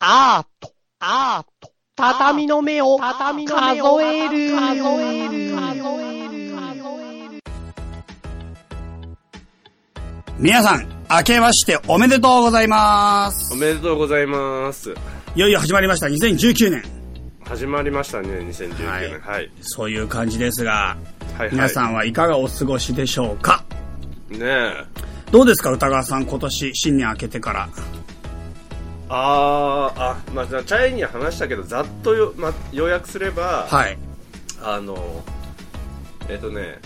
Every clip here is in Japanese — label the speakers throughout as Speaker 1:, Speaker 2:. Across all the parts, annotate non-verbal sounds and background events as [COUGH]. Speaker 1: アート、アート、畳の目を、畳の目を数える、数える、数える。
Speaker 2: 皆さん、明けましておめでとうございます。
Speaker 3: おめでとうございます。
Speaker 2: いよいよ始まりました、2019年。
Speaker 3: 始まりましたね、2019年。はい。
Speaker 2: そういう感じですが、
Speaker 3: はい、はい。
Speaker 2: 皆さんはいかがお過ごしでしょうか
Speaker 3: ねえ。
Speaker 2: どうですか、歌川さん、今年、新年明けてから。
Speaker 3: あー、あ、まあ、じゃあチャイには話したけど、ざっとよ、ま、要約すれば、
Speaker 2: はい。
Speaker 3: あの、えっ、とね、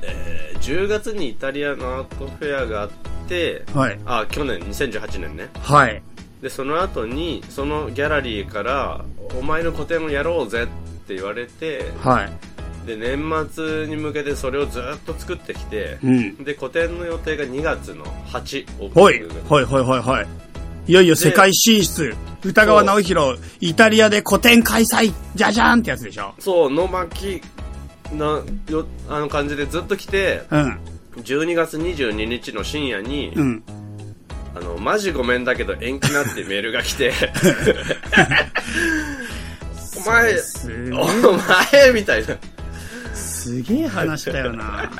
Speaker 3: えー、10月にイタリアのアートフェアがあって、
Speaker 2: はい。
Speaker 3: あ、去年、2018年ね。
Speaker 2: はい。
Speaker 3: で、その後に、そのギャラリーから、お前の個展をやろうぜって言われて、
Speaker 2: はい。
Speaker 3: で、年末に向けてそれをずっと作ってきて、
Speaker 2: うん。
Speaker 3: で、個展の予定が2月の8オー
Speaker 2: ほ
Speaker 3: プ
Speaker 2: い
Speaker 3: ニング。。
Speaker 2: ほいほいほいほい。いよいよ世界進出。歌川直弘、イタリアで個展開催、じゃじゃーんってやつでしょ。
Speaker 3: そう、野巻なよあの感じでずっと来て、
Speaker 2: うん。
Speaker 3: 12月22日の深夜に、
Speaker 2: うん。
Speaker 3: あの、マジごめんだけど延期なってメールが来
Speaker 2: [LAUGHS]
Speaker 3: て、お前、
Speaker 2: す
Speaker 3: お前みたいな。
Speaker 2: すげえ話だよな。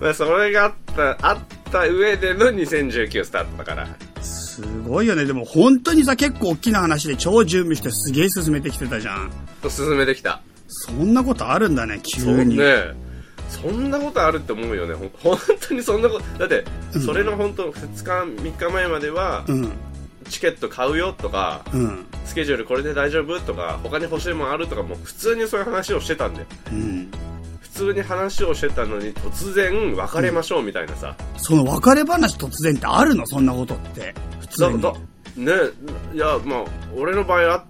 Speaker 3: まあそれがあった、あった上での2019スタートだから。
Speaker 2: すごいよね。でも本当にさ、結構大きな話で超準備してすげえ進めてきてたじゃん。
Speaker 3: 進めてきた。
Speaker 2: そんなことあるんだね、
Speaker 3: そう
Speaker 2: 急に。
Speaker 3: ねそんなことあるって思うよねほん [LAUGHS] 本当にそんなことだって、それの本当2日3日前までは、
Speaker 2: うん、
Speaker 3: チケット買うよとか
Speaker 2: うん、
Speaker 3: スケジュールこれで大丈夫とか他に欲しいもんあるとかもう普通にそういう話をしてたんで
Speaker 2: うん。
Speaker 3: 普通に話をしてたのに突然別れましょうみたいなさ、
Speaker 2: その別れ話突然ってあるのそんなことって。普通
Speaker 3: だ
Speaker 2: に。
Speaker 3: だねいやまあ俺の場合は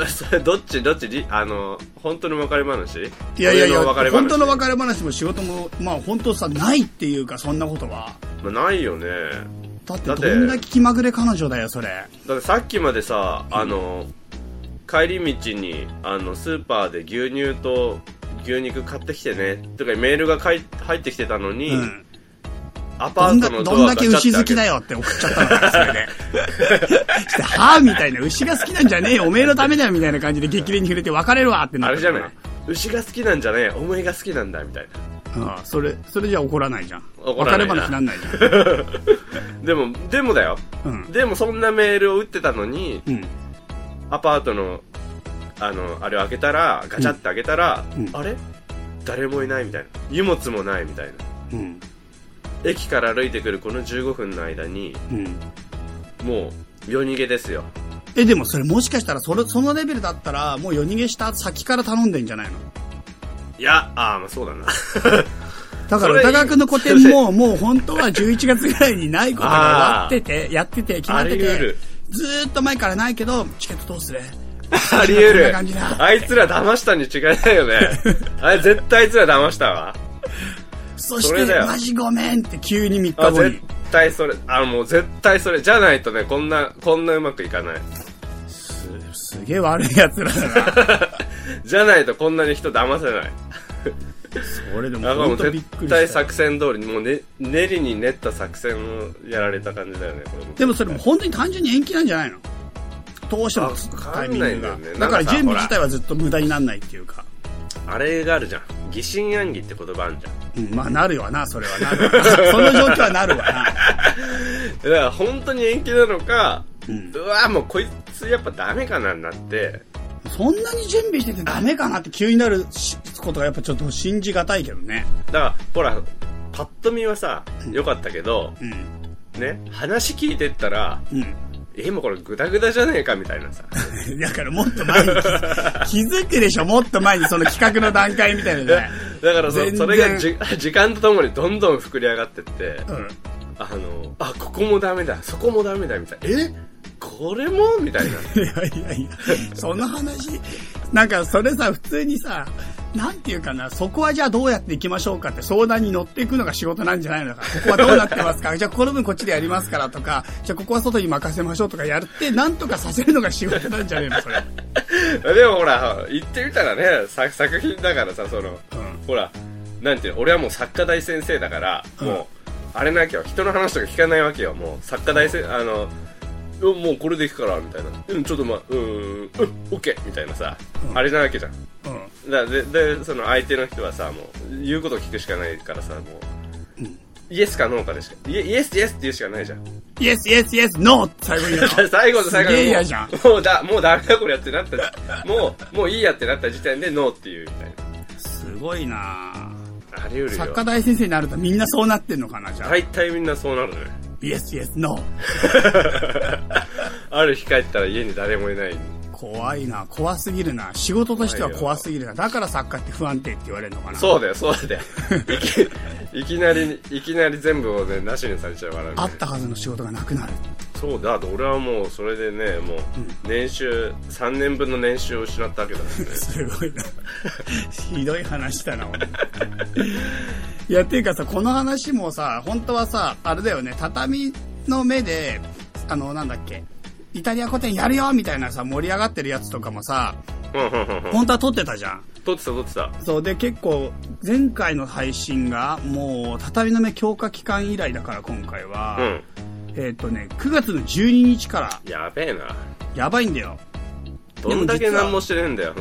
Speaker 3: [LAUGHS] それどっちどっちりあの本当の別れ話
Speaker 2: いやいやいや、
Speaker 3: 俺の別れ話
Speaker 2: 本当の別れ話も仕事も、まあ本当さ、ないっていうか、そんなことは。
Speaker 3: まあないよね
Speaker 2: だって
Speaker 3: だって
Speaker 2: どんだけ気まぐれ彼女だよ、それ。
Speaker 3: だってさっきまでさあの、帰り道にあのスーパーで牛乳と牛肉買ってきてねとかメールがかい入ってきてたのに、
Speaker 2: うん。
Speaker 3: アパ
Speaker 2: どん
Speaker 3: ート
Speaker 2: だ
Speaker 3: の
Speaker 2: ど
Speaker 3: ド
Speaker 2: んだ
Speaker 3: アが
Speaker 2: け
Speaker 3: チャッ
Speaker 2: 牛
Speaker 3: て
Speaker 2: 好
Speaker 3: 開
Speaker 2: き
Speaker 3: け
Speaker 2: だ
Speaker 3: て
Speaker 2: よって送っちゃったのから、それで。
Speaker 3: [LAUGHS]
Speaker 2: してはぁみたいな、牛が好きなんじゃねえよ、おめえのためだよ、みたいな感じで激励に触れて別れるわってな
Speaker 3: あ
Speaker 2: った
Speaker 3: れじゃない
Speaker 2: い
Speaker 3: 牛が好きなんじゃねえお前が好きなんだ [LAUGHS] みたい
Speaker 2: うん、それ、それじゃ怒らないじゃん。
Speaker 3: 怒らな
Speaker 2: 別
Speaker 3: いな
Speaker 2: れ話なんないじゃん。
Speaker 3: なでもでもだよ
Speaker 2: うん。
Speaker 3: でもそんなメールを打ってたのに
Speaker 2: うん。
Speaker 3: アパートのあのあれを開けたらガチャって開けたら、
Speaker 2: うんうん
Speaker 3: あれ誰もいないみたいな荷物もないみたいな
Speaker 2: うん。
Speaker 3: 駅から歩いてくるこの15分の間に
Speaker 2: うん。
Speaker 3: もう夜逃げですよ
Speaker 2: え、でもそれもしかしたら、それ、そのレベルだったら、もう夜逃げした先から頼んでんじゃないの
Speaker 3: いや、あーまあ、そうだな。
Speaker 2: だから、
Speaker 3: それ
Speaker 2: 歌川くんの個展も、もう本当は11月ぐらいにないことが終わってて、やってて、決まって
Speaker 3: あり得
Speaker 2: て
Speaker 3: る、
Speaker 2: ずーっと前からないけど、チケットどうする
Speaker 3: [LAUGHS] あり得
Speaker 2: こんな
Speaker 3: る
Speaker 2: 感じだ。
Speaker 3: あいつら騙したに違いな
Speaker 2: [LAUGHS]
Speaker 3: いよね。あれ、絶対あいつら騙したわ。
Speaker 2: そし
Speaker 3: それだ
Speaker 2: て、
Speaker 3: よ
Speaker 2: マジごめんって急に3日
Speaker 3: あ、
Speaker 2: 後
Speaker 3: 絶
Speaker 2: に。
Speaker 3: 対それ。あ、もう絶対それ。じゃないとね、こんな、こんなうまくいかない。
Speaker 2: すげえ悪い奴ら
Speaker 3: [LAUGHS]
Speaker 2: だな。
Speaker 3: じゃないとこんなに人騙せない。
Speaker 2: それでも
Speaker 3: だからも
Speaker 2: 本
Speaker 3: う
Speaker 2: 当びっ
Speaker 3: 絶
Speaker 2: くり
Speaker 3: 対
Speaker 2: した。
Speaker 3: 作戦通りに、もうね、練りに練った作戦をやられた感じだよね、これも。
Speaker 2: でもそれも本当に単純に延期なんじゃないのどうしても
Speaker 3: あわ
Speaker 2: タ
Speaker 3: か
Speaker 2: イ
Speaker 3: ん
Speaker 2: ミン
Speaker 3: ない
Speaker 2: グ
Speaker 3: んだ
Speaker 2: が
Speaker 3: よね。
Speaker 2: だから準
Speaker 3: なんかさほ
Speaker 2: 備
Speaker 3: ら
Speaker 2: 自体はずっと無駄になんないっていうか。
Speaker 3: あれがあるじゃん。疑心暗鬼って言葉あるじゃん。
Speaker 2: うん、まあなるよな、それは
Speaker 3: [LAUGHS]
Speaker 2: なるわな。その状況はなるわな。
Speaker 3: だから本当に延期なのか、
Speaker 2: う
Speaker 3: うんわもうこいつやっぱダメかなになって
Speaker 2: そんなに準備しててダメかなって急になるしことがやっぱちょっと信じがたいけどね。
Speaker 3: だからほらパッと見はさ良かったけど、
Speaker 2: うん。
Speaker 3: ね話聞いてったら
Speaker 2: うん。
Speaker 3: えもうこれグダグダじゃねえかみたいなさ
Speaker 2: [LAUGHS] だからもっと前に気づ気づくでしょ、もっと前にその企画の段階みたいなのね。
Speaker 3: [LAUGHS] [LAUGHS] だから
Speaker 2: 全然
Speaker 3: そそれがじ時間とともにどんどん膨れ上がってって
Speaker 2: うん。
Speaker 3: あのあここもダメだそこもダメだみたいなえこれもみたいな
Speaker 2: いやいやいや、その話、なんかそれさ、普通にさ、なんていうかな、そこはじゃあどうやっていきましょうかって相談に乗っていくのが仕事なんじゃないのか。ここはどうなってますか [LAUGHS] じゃあこの分こっちでやりますからとか、じゃあここは外に任せましょうとかやって、なんとかさせるのが仕事なんじゃねえの、それ。
Speaker 3: [LAUGHS] でもほら言ってみたらね作作品だからさその、
Speaker 2: うん
Speaker 3: ほらなんていうの俺はもう作家大先生だから、
Speaker 2: うん
Speaker 3: もうあれなきゃ人の話とか聞かないわけよもう作家大先あのいやもうこれでいくからみたいなうんちょっとまあうーんうんオッケーみたいなさ、
Speaker 2: うん
Speaker 3: あれなわけじゃん
Speaker 2: うん。
Speaker 3: だででその相手の人はさもう言うことを聞くしかないからさもう、イエスかノーかでしかイエイエスイエスって言うしかないじゃん。
Speaker 2: イエスイエスイエスノーって [LAUGHS] 最後に言うの
Speaker 3: [LAUGHS] 最後の最後
Speaker 2: す
Speaker 3: の
Speaker 2: げえ嫌じゃん
Speaker 3: もうだもうダメだこれやってなったもうもういいやってなった時点でノーっていうみたい
Speaker 2: すごいな
Speaker 3: なあり得るよ
Speaker 2: 作家大先生になるとみんなそうなってんのかな、じゃあ。
Speaker 3: 大体みんなそうな
Speaker 2: [LAUGHS]
Speaker 3: るのよ
Speaker 2: イエスイエスノー。
Speaker 3: ある日帰ったら家に誰もいない
Speaker 2: 怖いな怖すぎるな仕事としては怖すぎるなだから作家って不安定って言われるのかな
Speaker 3: そうだよそうだよいきいきなりいきなり全部をねなしにされちゃうからね
Speaker 2: あったはずの仕事がなくなる
Speaker 3: そうだ俺はもうそれでねもう年収3年分の年収を失ったわけだもんね
Speaker 2: すご
Speaker 3: [LAUGHS]
Speaker 2: いなひどい話だな俺いやっていうかさこの話もさ本当はさあれだよね畳の目であのなんだっけイタリア古典やるよみたいなさ盛り上がってるやつとかもさ
Speaker 3: うんうんうんうん
Speaker 2: 本当は撮ってたじゃん
Speaker 3: 撮ってた撮ってた
Speaker 2: そうで結構前回の配信がもう畳の目強化期間以来だから今回は、
Speaker 3: うん
Speaker 2: えっ、とね、9月の12日から、
Speaker 3: やべえな
Speaker 2: やばいんだよ。
Speaker 3: どんだけ何もしてねえんだよ、う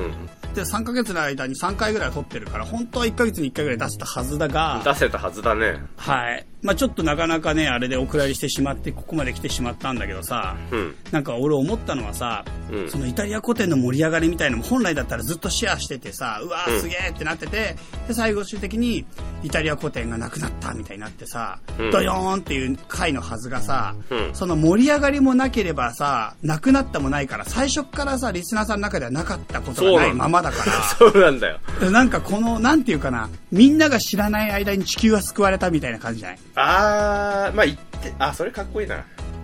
Speaker 3: ん、
Speaker 2: で、3ヶ月の間に3回ぐらいは撮ってるから、本当は1ヶ月に1回ぐらい出したはずだが、
Speaker 3: 出せたはずだね
Speaker 2: はい。まあちょっとなかなかね、あれでお蔵入りしてしまって、ここまで来てしまったんだけどさ、
Speaker 3: うん
Speaker 2: なんか俺思ったのはさ、
Speaker 3: うん
Speaker 2: そのイタリア古典の盛り上がりみたいのも本来だったらずっとシェアしててさ、うわ
Speaker 3: う
Speaker 2: ー
Speaker 3: ん
Speaker 2: すげーってなってて、で、最後終的にイタリア古典がなくなったみたいになってさ、
Speaker 3: うん
Speaker 2: ドヨーンっていう回のはずがさ、
Speaker 3: うん
Speaker 2: その盛り上がりもなければさ、なくなったもないから、最初っからさ、リスナーさんの中ではなかったことがないままだか
Speaker 3: [LAUGHS] そうなんだよ
Speaker 2: ら、なんかこの、なんていうかな、みんなが知らない間に地球は救われたみたいな感じじゃない
Speaker 3: あーまあ言ってあそれかっこいいな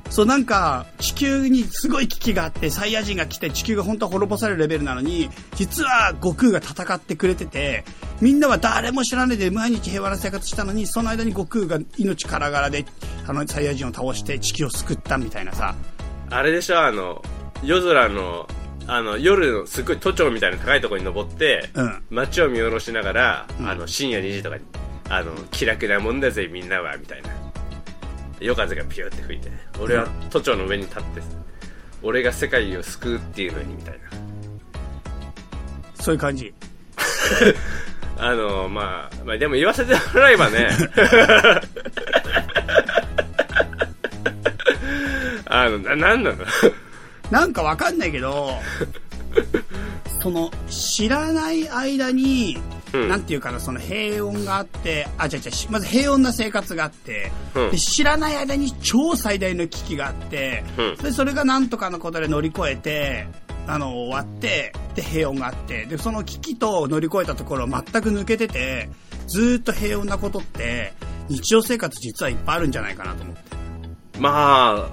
Speaker 2: そうなんか、地球にすごい危機があって、サイヤ人が来て地球が本当は滅ぼされるレベルなのに、実は悟空が戦ってくれてて、みんなは誰も知らないで毎日平和な生活したのに、その間に悟空が命からがらで、あのサイヤ人を倒して地球を救ったみたいなさ。
Speaker 3: あれでしょあの夜空のあの夜のすっごい都庁みたいな高いところに登って、
Speaker 2: うん
Speaker 3: 街を見下ろしながら、
Speaker 2: ん
Speaker 3: あの深夜2時とかにあの気楽なもんだぜみんなはみたいな夜風がピューって吹いて俺は都庁の上に立って俺が世界を救うっていうのにみたいな
Speaker 2: そういう感じ。
Speaker 3: あのまあ、まあ、でも言わせてもらえばね [LAUGHS] あのななんなの [LAUGHS]
Speaker 2: なんかわかんないけど、その、知らない間に、
Speaker 3: うん
Speaker 2: なんていうかな、その平穏があって、あ、違う違うし、まず平穏な生活があって、
Speaker 3: うん
Speaker 2: で知らない間に超最大の危機があって、
Speaker 3: うん
Speaker 2: でそれがなんとかのことで乗り越えて、あの、終わって、で、平穏があって、で、その危機と乗り越えたところを全く抜けてて、ずーっと平穏なことって、日常生活実はいっぱいあるんじゃないかなと思って。
Speaker 3: ま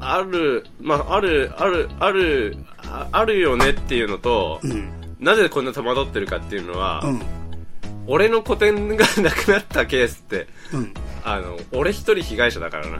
Speaker 3: あ、ある、まあ、ある、ある、ある、ああるよねっていうのと、
Speaker 2: うん。
Speaker 3: なぜこんな戸惑ってるかっていうのは、
Speaker 2: うん。
Speaker 3: 俺の個展がなくなったケースって、
Speaker 2: うん。
Speaker 3: あの、俺一人被害者だからな。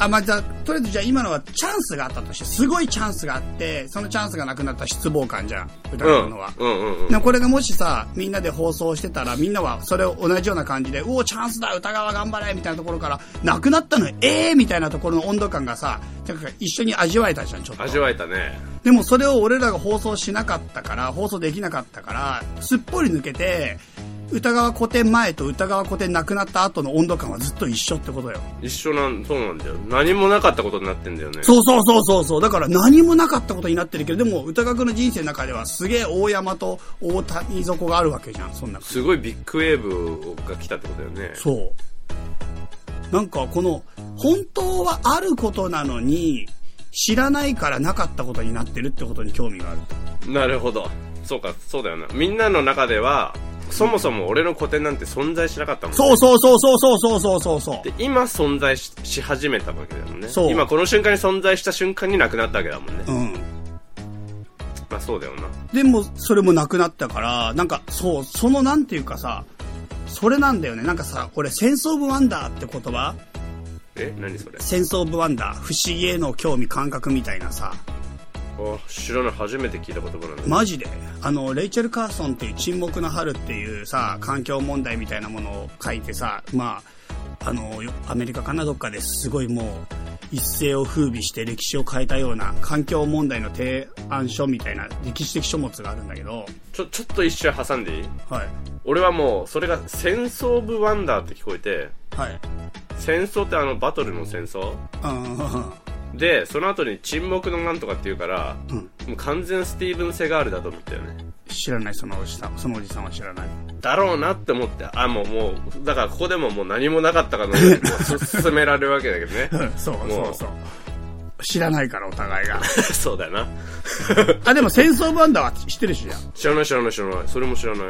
Speaker 2: あ、まあ、じゃあ、とりあえずじゃあ今のはチャンスがあったとして、すごいチャンスがあって、そのチャンスがなくなった失望感じゃん、歌
Speaker 3: う
Speaker 2: うの
Speaker 3: ん。
Speaker 2: は。
Speaker 3: うんうんうん。
Speaker 2: でもこれがもしさ、みんなで放送してたら、みんなはそれを同じような感じで、うお、チャンスだ、歌川頑張れみたいなところから、なくなったの、ええー、みたいなところの温度感がさ、なんか一緒に味わえたじゃん、ちょっと。
Speaker 3: 味わえたね。
Speaker 2: でもそれを俺らが放送しなかったから、放送できなかったから、すっぽり抜けて、歌川古典前と歌川古典なくなった後の温度感はずっと一緒ってことよ。
Speaker 3: 一緒なん、そうなんだよ。何もなかったことになってんだよね。
Speaker 2: そうそうそうそうそう。だから何もなかったことになってるけど、でも歌川君の人生の中ではすげえ大山と大谷底があるわけじゃん、そんな。
Speaker 3: すごいビッグウェーブが来たってことだよね。
Speaker 2: そう。なんかこの、本当はあることなのに、知らないからなかったことになってるってことに興味がある。
Speaker 3: なるほど。そうか、そうだよな。みんなの中では、そもそも俺の個展なんて存在しなかったもんね
Speaker 2: そうそうそうそうそうそうそうそうそう。
Speaker 3: で今存在しし始めたわけだもんね
Speaker 2: そう
Speaker 3: 今この瞬間に存在した瞬間になくなったわけだもんね、
Speaker 2: うん。
Speaker 3: まあそうだよな
Speaker 2: でも、それもなくなったから、なんか、そう、そのなんていうかさ、それなんだよね。なんかさ、俺、センスオブワンダーって言葉
Speaker 3: え何それ
Speaker 2: センスオブワンダー。不思議への興味感覚みたいなさ。
Speaker 3: あ知らない初めて聞いた言葉なんだ、
Speaker 2: マジであのレイチェル・カーソンっていう「沈黙の春」っていうさ環境問題みたいなものを書いてさまああのよアメリカかなどっかですごいもう一世を風靡して歴史を変えたような環境問題の提案書みたいな歴史的書物があるんだけど、
Speaker 3: ちょ、ちょっと一瞬挟んでいい
Speaker 2: はい。
Speaker 3: 俺はもう、それが戦争オブワンダーって聞こえて、
Speaker 2: はい。
Speaker 3: 戦争ってあのバトルの戦争
Speaker 2: あ
Speaker 3: で、その後に沈黙のなんとかって言うから、
Speaker 2: ーうん。
Speaker 3: もう完全スティーブン・セガールだと思ったよね。
Speaker 2: 知らない、そのおじさん。そのおじさんは知らない。 [LAUGHS]
Speaker 3: だろうなって思って、あ、もう、もう、だからここでももう何もなかったかのよう
Speaker 2: [LAUGHS]
Speaker 3: にもうす進められるわけだけどね。
Speaker 2: うん、そうそうそう。知らないから、お互いが。
Speaker 3: そうだよな。
Speaker 2: あ、でも戦争バンダーは知ってるしや。
Speaker 3: 知らない知らない知らない。それも知らない。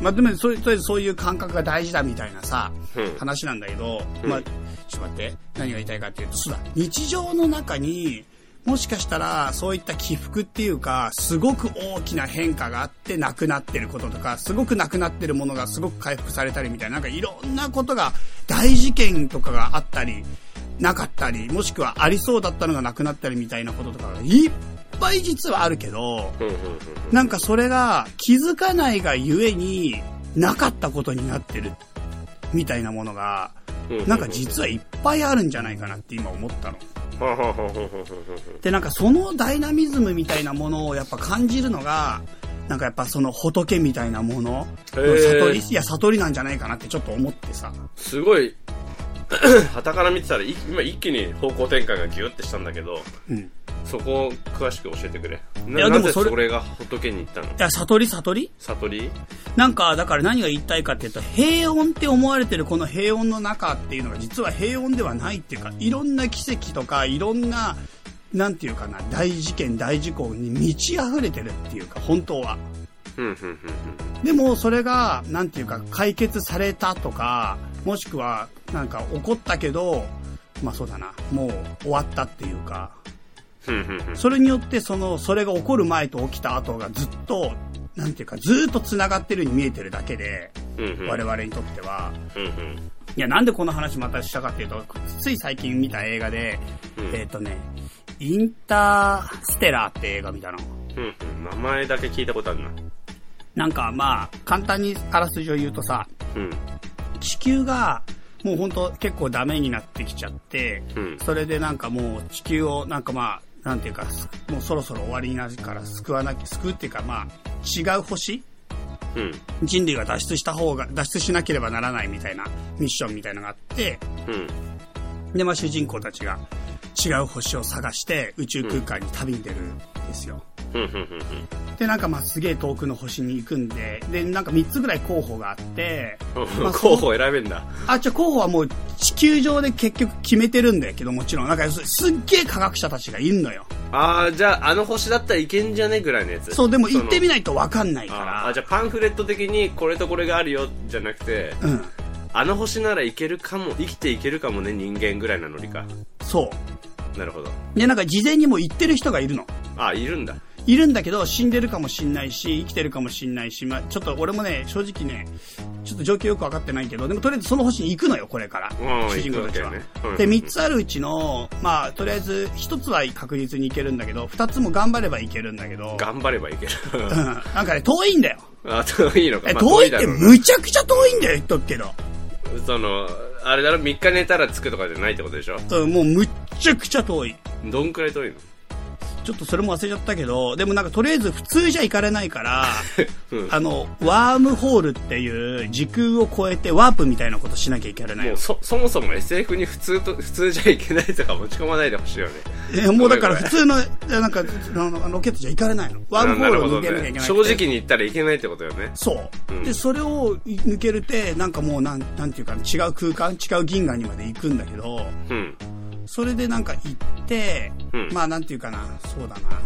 Speaker 2: まあ、でも、そういう、とりあえずそういう感覚が大事だみたいなさ、
Speaker 3: うん
Speaker 2: 話なんだけど、
Speaker 3: うん
Speaker 2: まあ、ちょっと待って、何が言いたいかっていうと、そうだ、日常の中に、もしかしたら、そういった起伏っていうか、すごく大きな変化があって、なくなってることとか、すごくなくなってるものがすごく回復されたりみたいな、なんかいろんなことが、大事件とかがあったり、なかったり、もしくはありそうだったのがなくなったりみたいなこととかが、いっぱい実はあるけど、
Speaker 3: うんうんうん
Speaker 2: なんかそれが気づかないがゆえになかったことになってるみたいなものが、
Speaker 3: うん。うう
Speaker 2: なんか実はいっぱいあるんじゃないかなって今思ったの。
Speaker 3: ははははははは
Speaker 2: で、なんかそのダイナミズムみたいなものをやっぱ感じるのが、なんかやっぱその仏みたいなもの、
Speaker 3: へー
Speaker 2: 悟り、いや悟りなんじゃないかなってちょっと思ってさ。
Speaker 3: すごい、 [CLEARS THROAT] 旗から見てたら、い今一気に方向転換がギュッてしたんだけど、
Speaker 2: うん。い
Speaker 3: そこを詳しく教えてくれ。ない
Speaker 2: やで
Speaker 3: な
Speaker 2: も
Speaker 3: ぜ
Speaker 2: それ
Speaker 3: それが仏に行ったの
Speaker 2: や、悟り悟り
Speaker 3: 悟り
Speaker 2: なんか、だから何が言いたいかっていうと、平穏って思われてるこの平穏の中っていうのが実は平穏ではないっていうか、いろんな奇跡とか、いろんな、なんていうかな、大事件、大事故に満ち溢れてるっていうか、本当は。
Speaker 3: うんうんうんうん。
Speaker 2: でも、それが、なんていうか、解決されたとか、もしくは、なんか起こったけど、まあそうだな、もう終わったっていうか、
Speaker 3: うんうんうん。
Speaker 2: それによって、その、それが起こる前と起きた後がずっと、なんていうか、ずっと繋がってるように見えてるだけで、
Speaker 3: うんうん。
Speaker 2: 我々にとっては。
Speaker 3: うんうん。
Speaker 2: いや、なんでこの話またしたかっていうと、つい最近見た映画で、
Speaker 3: うん
Speaker 2: えっ、とね、インターステラーって映画見たの。
Speaker 3: うんうん。名前だけ聞いたことあるな。
Speaker 2: なんかまあ、簡単にあらすじを言うとさ、
Speaker 3: うん。
Speaker 2: 地球が、もうほんと結構ダメになってきちゃって、
Speaker 3: うん
Speaker 2: それでなんかもう地球をなんかまあ、なんていうか、すもうそろそろ終わりになるから救わなきゃ、救うっていうかまあ、違う星
Speaker 3: うん。
Speaker 2: 人類が脱出した方が、脱出しなければならないみたいなミッションみたいなのがあって、
Speaker 3: うん。
Speaker 2: で、まあ主人公たちが違う星を探して宇宙空間に旅に出るんですよ。
Speaker 3: うんうんうんうん。
Speaker 2: で、なんかまあすげえ遠くの星に行くんで、で、なんか3つぐらい候補があって、まあ
Speaker 3: 候補選べんだ。
Speaker 2: あ、じゃあ候補はもう地球上で結局決めてるんだけどもちろん、なんかすすっげえ科学者たちがいるのよ。
Speaker 3: ああ、じゃあ、あの星だったらいけんじゃねぐらいのやつ。
Speaker 2: そう、でも行ってみ
Speaker 3: な
Speaker 2: ないとわかんないか
Speaker 3: あー
Speaker 2: ら
Speaker 3: あ、。じゃあパンフレット的にこれとこれがあるよ、じゃなくて、
Speaker 2: うん。
Speaker 3: あの星ならいけるかも、生きていけるかもね、人間ぐらいなノリか。
Speaker 2: そ
Speaker 3: なるほど。
Speaker 2: う。で、なんか事前にもう行ってる人がいるの。
Speaker 3: あーいるんだ。
Speaker 2: いるんだけど、死んでるかもしんないし、生きてるかもしんないし、まあちょっと俺もね、正直ね、ちょっと状況よくわかってないけど、でもとりあえずその星に行くのよ、これから。
Speaker 3: うん
Speaker 2: 主人公たちは。
Speaker 3: 行くわけねうん
Speaker 2: で、3つあるうちの、まあとりあえず1つは確実に行けるんだけど、2つも頑張れば行けるんだけど、
Speaker 3: 頑張ればいける。 [LAUGHS]
Speaker 2: うん、なんかね、遠いんだよ。
Speaker 3: あ、遠いのか。
Speaker 2: え、
Speaker 3: まあ
Speaker 2: 遠いっ
Speaker 3: だ
Speaker 2: て
Speaker 3: ろう
Speaker 2: むちゃくちゃ遠いんだよ、言っとくけど。
Speaker 3: その、あれだろ、3日寝たら着くとかじゃないってことでしょ
Speaker 2: うん、もうむっちゃくちゃ遠い。
Speaker 3: どんくらい遠いの
Speaker 2: ちょっとそれも忘れちゃったけど、でもなんかとりあえず普通じゃ行かれないから、
Speaker 3: [LAUGHS] うん。
Speaker 2: あの、ワームホールっていう時空を超えてワープみたいなことしなきゃいけない
Speaker 3: もうそ、そもそも SF に普通と、普通じゃいけないとか持ち込まないでほしいよね。
Speaker 2: えもうだから
Speaker 3: ごめんごめん
Speaker 2: 普通の、なんか、あのロケットじゃ行かれないの。ワームホールを抜けなきゃいけない。
Speaker 3: 正直に言ったらいけないってことよね。
Speaker 2: そうう。
Speaker 3: ん
Speaker 2: で、それを抜けるて、なんかもうなん、なんていうか、違う空間、違う銀河にまで行くんだけど、
Speaker 3: うん。
Speaker 2: それでなんか行って、
Speaker 3: うん
Speaker 2: まあなんていうかな、そうだな。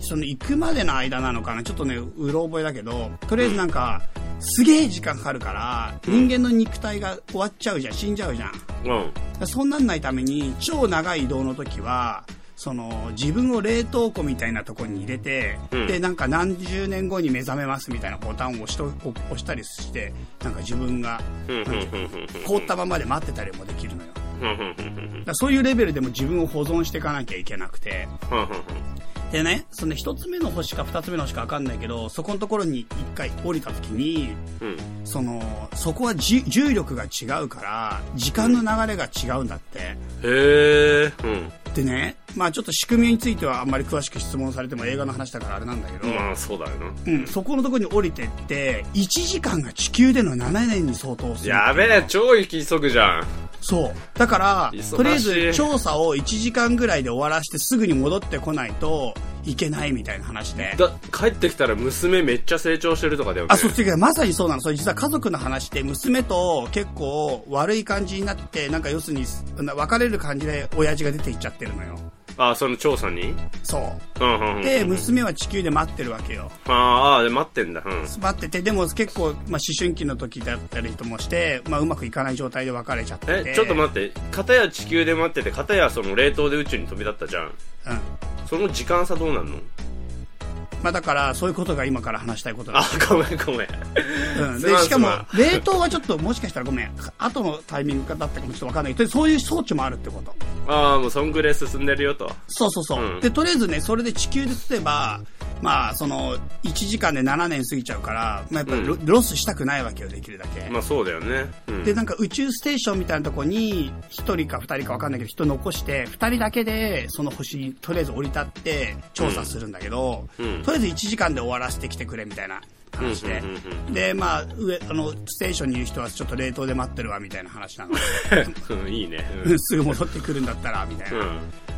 Speaker 2: その行くまでの間なのかな、ちょっとね、うろ覚えだけど、とりあえずなんか、すげえ時間かかるから、人間の肉体が終わっちゃうじゃん、死んじゃうじゃん。
Speaker 3: うん。
Speaker 2: そうなんないために、超長い移動の時は、その、自分を冷凍庫みたいなとこに入れて、
Speaker 3: うん
Speaker 2: で、なんか何十年後に目覚めますみたいなボタンを押しと押したりして、なんか自分が
Speaker 3: うんうんうん
Speaker 2: 凍ったままで待ってたりもできるのよ。だか
Speaker 3: うんうんうんうんうんうん
Speaker 2: らそういうレベルでも自分を保存していかなきゃいけなくて、
Speaker 3: うんうん
Speaker 2: でね、その一つ目の星か二つ目の星かわかんないけど、そこのところに一回降りた時に、
Speaker 3: うん。
Speaker 2: その、そこはじ重力が違うから、時間の流れが違うんだって。
Speaker 3: へえ。うん。
Speaker 2: でね、まあちょっと仕組みについてはあんまり詳しく質問されても映画の話だからあれなんだけど、
Speaker 3: まあ、そうだよな。
Speaker 2: うん、そこのところに降りてって、1時間が地球での7年に相当する。
Speaker 3: やべえ、超行き急ぐじゃん。
Speaker 2: そう。だから
Speaker 3: 忙し、い
Speaker 2: とりあえず調査を1時間ぐらいで終わらしてすぐに戻ってこないといけないみたいな話で。
Speaker 3: だ、帰ってきたら娘めっちゃ成長してるとかだよね。
Speaker 2: あ、そう、違う、まさにそうなの。それ実は家族の話で、娘と結構悪い感じになって、なんか要するに、な別れる感じで親父が出て行っちゃってるのよ。
Speaker 3: あ、その調査に
Speaker 2: そう。
Speaker 3: うんうんうん。
Speaker 2: で、娘は地球で待ってるわけよ。
Speaker 3: あーあー、で待ってんだ。うん。
Speaker 2: 待ってて、でも結構、まあ、思春期の時だったりともして、まあ、うまくいかない状態で別れちゃってて。
Speaker 3: え、ちょっと待って。片や地球で待ってて、片やその冷凍で宇宙に飛び立ったじゃん。
Speaker 2: うん。
Speaker 3: その時間差どうなんの
Speaker 2: まあ、だから、そういうことが今から話したいことだ
Speaker 3: あ、ごめんごめん。
Speaker 2: うん、
Speaker 3: す
Speaker 2: で
Speaker 3: まん
Speaker 2: しかも
Speaker 3: すまん
Speaker 2: 冷凍はちょっともしかしたらごめん後のタイミングだったかもちょっとわかんないけどそういう装置もあるってこと
Speaker 3: ああ、もうそんぐらい進んでるよと。
Speaker 2: そうそうそう、
Speaker 3: うん
Speaker 2: でとりあえずねそれで地球で例えばまあその1時間で7年過ぎちゃうから、まあ、やっぱりロ,、ロスしたくないわけよできるだけ、
Speaker 3: まあそうだよね。うん。
Speaker 2: でなんか宇宙ステーションみたいなとこに1人か2人かわかんないけど人残して2人だけでその星にとりあえず降り立って調査するんだけど、
Speaker 3: うん
Speaker 2: とりあえず1時間で終わらせてきてくれみたいな話で、
Speaker 3: うんうんうんうん
Speaker 2: で、まあ、上、あの、ステーションにいる人はちょっと冷凍で待ってるわ、みたいな話なの。 [LAUGHS]
Speaker 3: うんいいね。
Speaker 2: すぐ戻ってくるんだったら、みたい
Speaker 3: うん。う
Speaker 2: な。
Speaker 3: ん。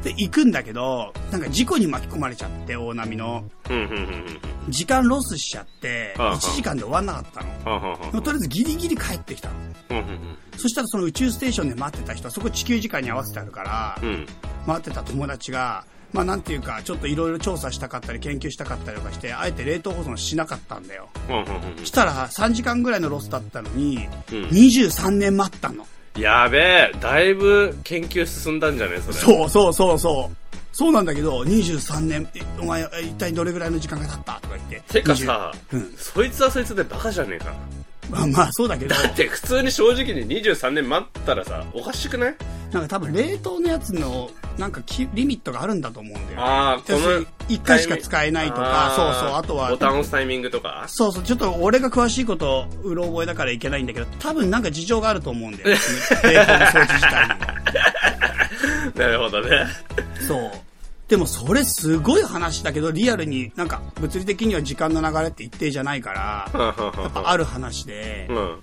Speaker 2: で、行くんだけど、なんか事故に巻き込まれちゃって、大波の。
Speaker 3: うん。うん。うん。
Speaker 2: 時間ロスしちゃって、
Speaker 3: ああ
Speaker 2: 1時間で終わんなかったの。
Speaker 3: はあはあは
Speaker 2: でもとりあえずギリギリ帰ってきたの。
Speaker 3: あ。うん。うん
Speaker 2: そしたらその宇宙ステーションで待ってた人は、そこ地球時間に合わせてあるから、
Speaker 3: うん。うん。
Speaker 2: 待ってた友達が、まあなんていうか、ちょっといろいろ調査したかったり研究したかったりとかして、あえて冷凍保存しなかったんだよ。
Speaker 3: うんうんうん
Speaker 2: そしたら3時間ぐらいのロスだったのに、
Speaker 3: うん
Speaker 2: 23年待ったの。
Speaker 3: やべえ、だいぶ研究進んだんじゃねそれ。う。
Speaker 2: そうそうそうそう。そうなんだけど、23年、えお前、え一体どれぐらいの時間が経ったとか言って。
Speaker 3: てかさ、
Speaker 2: 20うん
Speaker 3: そいつはそいつでバカじゃねえか。
Speaker 2: まあまあ、そうだけど、 [LAUGHS]
Speaker 3: だって普通に正直に23年待ったらさ、おかしくない
Speaker 2: なんか多分冷凍のやつの、なんかきリミットがあるんだと思うんだよ。
Speaker 3: ああ、こ
Speaker 2: 要する
Speaker 3: の
Speaker 2: に。一回しか使えないとか、
Speaker 3: あ
Speaker 2: そう
Speaker 3: ー
Speaker 2: そう、あとは。
Speaker 3: ボタン押すタイミングとか。
Speaker 2: そうそう、ちょっと俺が詳しいこと、うろ覚えだからいけないんだけど、多分なんか事情があると思うんだよ。
Speaker 3: [LAUGHS]
Speaker 2: 冷凍の装置自体にも。
Speaker 3: なるほどね。
Speaker 2: そう。でもそれすごい話だけど、リアルになんか物理的には時間の流れって一定じゃないから、
Speaker 3: うんうん
Speaker 2: やっぱある話で
Speaker 3: う、んうん。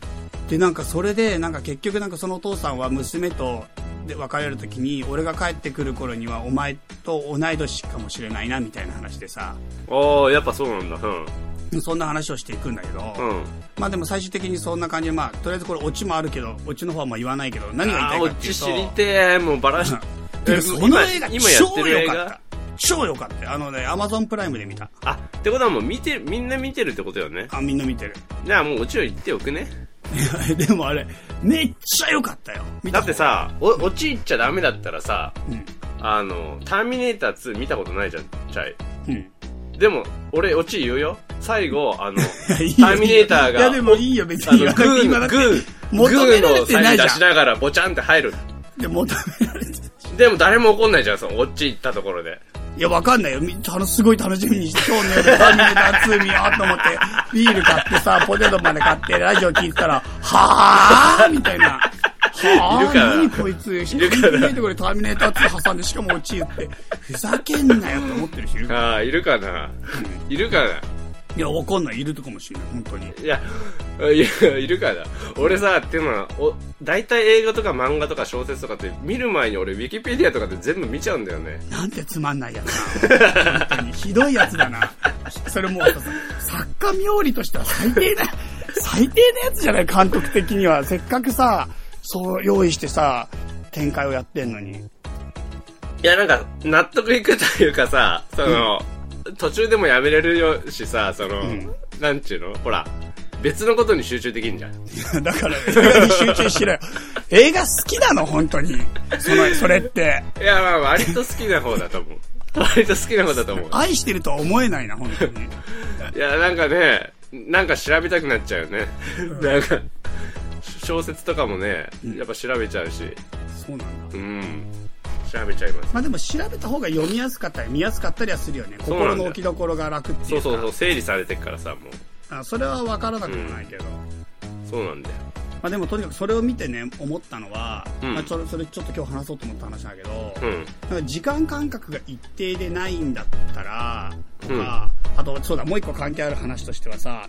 Speaker 2: でなんかそれでなんか結局なんかそのお父さんは娘とで別れる時に、俺が帰ってくる頃にはお前と同い年かもしれないなみたいな話でさ、
Speaker 3: おー、やっぱそうなんだ。うん。
Speaker 2: そんな話をしていくんだけど、
Speaker 3: うん。
Speaker 2: まあでも最終的にそんな感じで、まあとりあえずこれオチもあるけど、オチの方はもう言わないけど、何が言い
Speaker 3: あ
Speaker 2: た
Speaker 3: ー、
Speaker 2: い
Speaker 3: お
Speaker 2: か
Speaker 3: っ
Speaker 2: ってい
Speaker 3: ち
Speaker 2: うと
Speaker 3: 知、りてえ、もうバラして
Speaker 2: かその映画
Speaker 3: 今やっ
Speaker 2: 超
Speaker 3: てる映
Speaker 2: 良かっ
Speaker 3: 画
Speaker 2: た。超良かった。あのね、アマゾンプライムで見た。
Speaker 3: あ、ってことはもう見て、みんな見てるってことよね。
Speaker 2: あ、みんな見てる。 [LAUGHS]
Speaker 3: じゃあもうオチを言っておくね。
Speaker 2: いやでもあれ、めっちゃ良かったよ。見た
Speaker 3: だってさ、お、オチ言っちゃダメだったらさ、
Speaker 2: うん。
Speaker 3: あの、ターミネーター2見たことないじゃん、チャイ。
Speaker 2: うん。い
Speaker 3: でも、俺、オチ言うよ。最後、あの、
Speaker 2: や [LAUGHS] いいよ
Speaker 3: ターミネーターが
Speaker 2: いやでもいいよ、別
Speaker 3: あの、
Speaker 2: に
Speaker 3: グ。
Speaker 2: 今だ
Speaker 3: ーの、
Speaker 2: っ
Speaker 3: グ
Speaker 2: て
Speaker 3: ー、グ
Speaker 2: 求めら
Speaker 3: ー
Speaker 2: れ
Speaker 3: の
Speaker 2: て
Speaker 3: サ
Speaker 2: な
Speaker 3: イン
Speaker 2: いじ
Speaker 3: 出
Speaker 2: ゃ
Speaker 3: しながら、ボチャンって入る。
Speaker 2: ん。で、求められて。
Speaker 3: でも誰も怒んないじゃん、その、オチ言ったところで。
Speaker 2: いや、わかんないよ。みあのすごい楽しみにして、今日の夜、ターミネーター2見ようと思って、ビール買ってさ、ポテトまで買って、ラジオ聞いてたら、はぁーみたいな。はいぁ
Speaker 3: る
Speaker 2: ー
Speaker 3: から
Speaker 2: 何こいつ、い
Speaker 3: るから
Speaker 2: ないところでターミネーター2挟んで、しかも落ち言って、ふざけんなよと思ってる人いるから
Speaker 3: ああ、いるかな、いるかない
Speaker 2: や、わかんない。いるとかもしれない、本当に。
Speaker 3: いや、いやいるかな俺さ、っていうのは、お、大体映画とか漫画とか小説とかって見る前に俺、ウィキペディアとかで全部見ちゃうんだよね。
Speaker 2: なんてつまんないやつだな。本当にひどいやつだな。それもう、作家冥利としては最低な、最低なやつじゃない監督的には。せっかくさ、そう用意してさ、展開をやってんのに。
Speaker 3: いや、なんか、納得いくというかさ、その、途中でもやめれるよしさ、その、
Speaker 2: ん
Speaker 3: なんちゅうのほら、別のことに集中できんじゃん。
Speaker 2: だから、映画に集中しろよ。映画好きなの、本当に。その、それって。
Speaker 3: いや、まあ、割と好きな方だと思う。 [LAUGHS] 割と好きな方だと思う。
Speaker 2: 愛してるとは思えないな、本当に。
Speaker 3: [LAUGHS] いや、なんかね、なんか調べたくなっちゃうよね。なんか、小説とかもね、やっぱ調べちゃうし、
Speaker 2: そうなんだ。
Speaker 3: うん。調べちゃいます
Speaker 2: まあでも調べた方が読みやすかったり見やすかったりはするよね。
Speaker 3: うなんだよ
Speaker 2: 心の置きどころが楽ってい
Speaker 3: そうう
Speaker 2: か。
Speaker 3: そうそう整理されてっからさもう
Speaker 2: あそれは分からなくもないけど。
Speaker 3: そうなんだよ
Speaker 2: まあでもとにかくそれを見てね、思ったのは、
Speaker 3: うん
Speaker 2: まあちょそれちょっと今日話そうと思った話だけど、
Speaker 3: うん
Speaker 2: なんか時間感覚が一定でないんだったら、と
Speaker 3: うん
Speaker 2: か、あとそうだ、もう一個関係ある話としてはさ、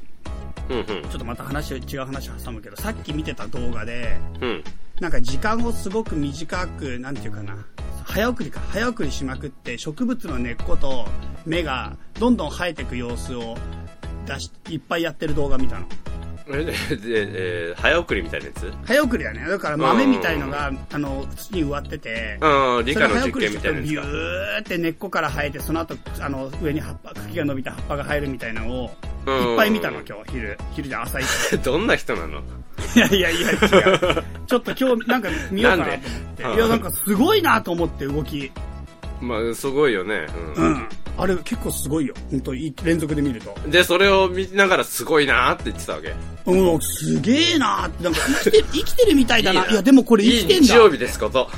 Speaker 3: うん
Speaker 2: ちょっとまた話を違う話を挟むけど、さっき見てた動画で、
Speaker 3: うん
Speaker 2: [LAUGHS]
Speaker 3: うん
Speaker 2: なんか時間をすごく短く、なんていうかな、早送りか、早送りしまくって、植物の根っこと芽がどんどん生えていく様子を出し、いっぱいやってる動画見たの。
Speaker 3: えでで、えー早送りみたいなやつ
Speaker 2: 早送りだね。だから豆みたいのが、あの、土に植わってて、
Speaker 3: うん理
Speaker 2: それ
Speaker 3: 科の
Speaker 2: 早
Speaker 3: 実
Speaker 2: 送り
Speaker 3: 験
Speaker 2: し
Speaker 3: み
Speaker 2: て
Speaker 3: たいなや
Speaker 2: ビ
Speaker 3: つ
Speaker 2: ュ
Speaker 3: か
Speaker 2: ーって根っこから生えて、その後、あの、上に葉っぱ、茎が伸びた葉っぱが生えるみたいなのを、
Speaker 3: うん
Speaker 2: いっぱい見たの、今日、昼。昼じゃん朝一。
Speaker 3: [LAUGHS] どんな人なの
Speaker 2: いやいやいや、違う。ちょっと今日、なんか見ようかなと思って。い
Speaker 3: なんで
Speaker 2: や、なんかすごいなと思って、動き。
Speaker 3: まあすごいよねうん
Speaker 2: うん。あれ結構すごいよ。本当いい連続で見ると。
Speaker 3: で、それを見ながらすごいなーって言ってたわけ。
Speaker 2: うん、すげえなーって、なんか生きてる、生きてるみたいだな。
Speaker 3: いい
Speaker 2: い
Speaker 3: な
Speaker 2: や、でもこれ生
Speaker 3: いい
Speaker 2: きてん
Speaker 3: 日
Speaker 2: だ。
Speaker 3: 曜日ですこと。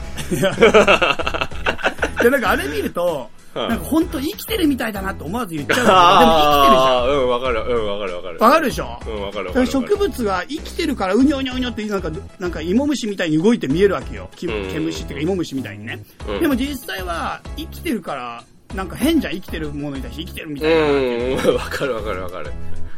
Speaker 2: で、なんかあれ見る [LAUGHS] と、
Speaker 3: はい
Speaker 2: なんか本当生きてるみたいだなって思わず言っち [LAUGHS] ゃうんだ
Speaker 3: ああ、うん、わかる、うん、わかる、わかる。
Speaker 2: けど、でも生きてるじゃん。わかるでしょ
Speaker 3: うん、わか
Speaker 2: だ
Speaker 3: る、わか
Speaker 2: から
Speaker 3: る。
Speaker 2: 植物が生きてるからうにょうにょうにょってなんか、なんか芋虫みたいに動いて見えるわけよ。き
Speaker 3: うん
Speaker 2: 毛虫っていうか芋虫みたいにね
Speaker 3: うん。
Speaker 2: でも実際は生きてるから、なんか変じゃん生きてるものに対して生きてるみたいな。
Speaker 3: うん、 [LAUGHS] うんわかる、わかる、わかる。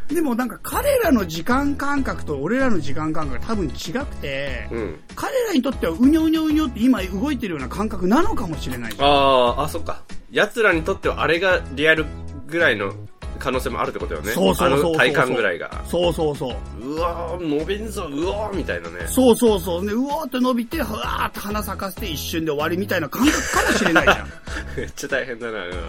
Speaker 2: でもなんか彼らの時間感覚と俺らの時間感覚が多分違くて、
Speaker 3: うん。
Speaker 2: 彼らにとってはうにょうにょうにょって今動いてるような感覚なのかもしれないじゃん
Speaker 3: ああ、あ、そっか。奴らにとってはあれがリアルぐらいの可能性もあるってことよね。
Speaker 2: そうそうそうそう
Speaker 3: あの体感ぐらいが。
Speaker 2: そうそうそう。
Speaker 3: うわー、伸びんぞ、うおー、みたいなね。
Speaker 2: そうそうそう。で、うおーって伸びて、ふわーって花咲かせて一瞬で終わりみたいな感覚かもしれないじゃん。
Speaker 3: めっちゃ大変だな、うん。
Speaker 2: だか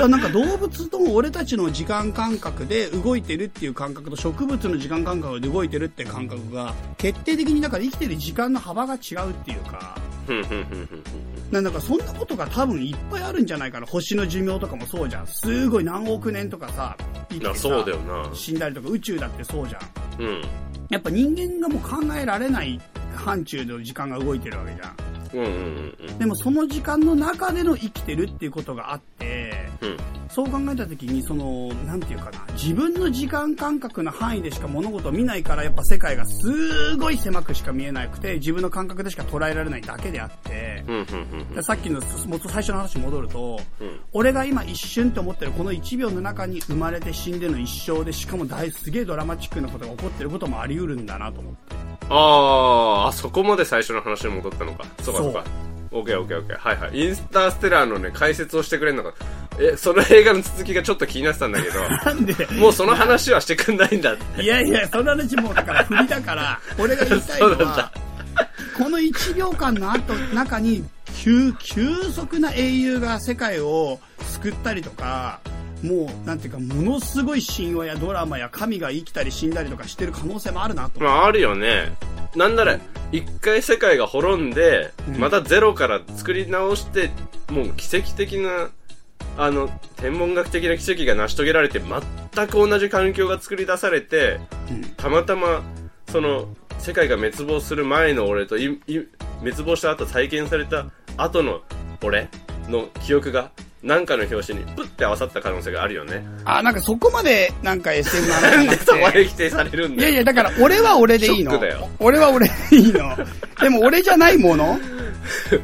Speaker 2: らなんか動物と俺たちの時間感覚で動いてるっていう感覚と植物の時間感覚で動いてるって感覚が決定的にだから生きてる時間の幅が違うっていうか、
Speaker 3: ふんふんふんふん
Speaker 2: なんだかそんなことが多分いっぱいあるんじゃないかな。星の寿命とかもそうじゃん。すごい何億年とかさ、生き
Speaker 3: ふん。
Speaker 2: て
Speaker 3: あ、
Speaker 2: さ
Speaker 3: そうだよな。
Speaker 2: 死んだりとか宇宙だってそうじゃん。
Speaker 3: うん。
Speaker 2: やっぱ人間がもう考えられない範疇の時間が動いてるわけじゃん。
Speaker 3: うん、うん、うん
Speaker 2: でもその時間の中での生きてるっていうことがあって、
Speaker 3: うん。うん。
Speaker 2: そう考えた時に、その、なんていうかな、自分の時間感覚の範囲でしか物事を見ないから、やっぱ世界がすごい狭くしか見えなくて、自分の感覚でしか捉えられないだけであって、
Speaker 3: うん、うん、うん
Speaker 2: でさっきの、もっと最初の話に戻ると、
Speaker 3: うん。
Speaker 2: 俺が今一瞬と思ってるこの1秒の中に生まれて死んでの一生で、しかも大すげえドラマチックなことが起こってることもあり得るんだなと思って。
Speaker 3: あーあ、そこまで最初の話に戻ったのか。そうか、
Speaker 2: そ
Speaker 3: そううか。オッケーオッケーオッケー。はいはい。インスターステラーのね、解説をしてくれるのか。え、その映画の続きがちょっと気になってたんだけど、
Speaker 2: なんで、
Speaker 3: もうその話はしてくんないんだって。
Speaker 2: いやいや、そんな話もうだから振りだから、俺が言いたいの
Speaker 3: そうなん
Speaker 2: は
Speaker 3: だ、
Speaker 2: この1秒間の後、中に、急、急速な英雄が世界を救ったりとか、もう、なんていうか、ものすごい神話やドラマや神が生きたり死んだりとかしてる可能性もあるなと
Speaker 3: ま。ああるよね。なんなら、一回世界が滅んで、
Speaker 2: うん
Speaker 3: またゼロから作り直して、もう奇跡的な、あの、天文学的な奇跡が成し遂げられて、全く同じ環境が作り出されて、
Speaker 2: うん
Speaker 3: たまたま、その、世界が滅亡する前の俺と、いい滅亡した後再建された後の俺の記憶が、なんかの表紙にプッて合わさった可能性があるよね。
Speaker 2: あ、なんかそこまで、なん
Speaker 3: [LAUGHS]
Speaker 2: か SM の
Speaker 3: な
Speaker 2: 話
Speaker 3: んでそこまで否定されるん
Speaker 2: い
Speaker 3: だ
Speaker 2: やい
Speaker 3: よ。
Speaker 2: や、だから俺は俺でいい
Speaker 3: ショッ
Speaker 2: の
Speaker 3: クだよ。
Speaker 2: 俺は俺でいいの。でも俺じゃないもの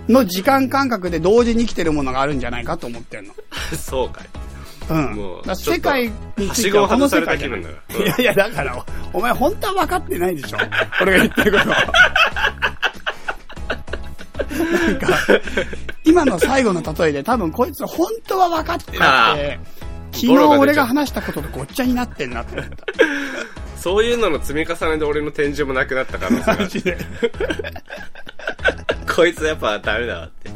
Speaker 2: の時間感覚で同時に生きてるものがあるんじゃないかと思ってんの。
Speaker 3: [LAUGHS] そうかい。
Speaker 2: うん。
Speaker 3: もう
Speaker 2: だから世界に
Speaker 3: は
Speaker 2: つい
Speaker 3: してごを
Speaker 2: はこの
Speaker 3: 外さ
Speaker 2: 世
Speaker 3: れ
Speaker 2: 界
Speaker 3: た
Speaker 2: じ
Speaker 3: 気
Speaker 2: ゃない
Speaker 3: 分だから。
Speaker 2: いやいや、だから、お前本当は分かってないで
Speaker 3: [LAUGHS]
Speaker 2: しょ俺が言ってること。なんか、今の最後の例えで多分こいつ本当は分かってなくて、昨日俺が話したこととごっちゃになってんなって思った。
Speaker 3: そういうのの積み重ねで俺の展示もなくなった可能性があ
Speaker 2: マジで。
Speaker 3: る。こいつやっぱダメだわって。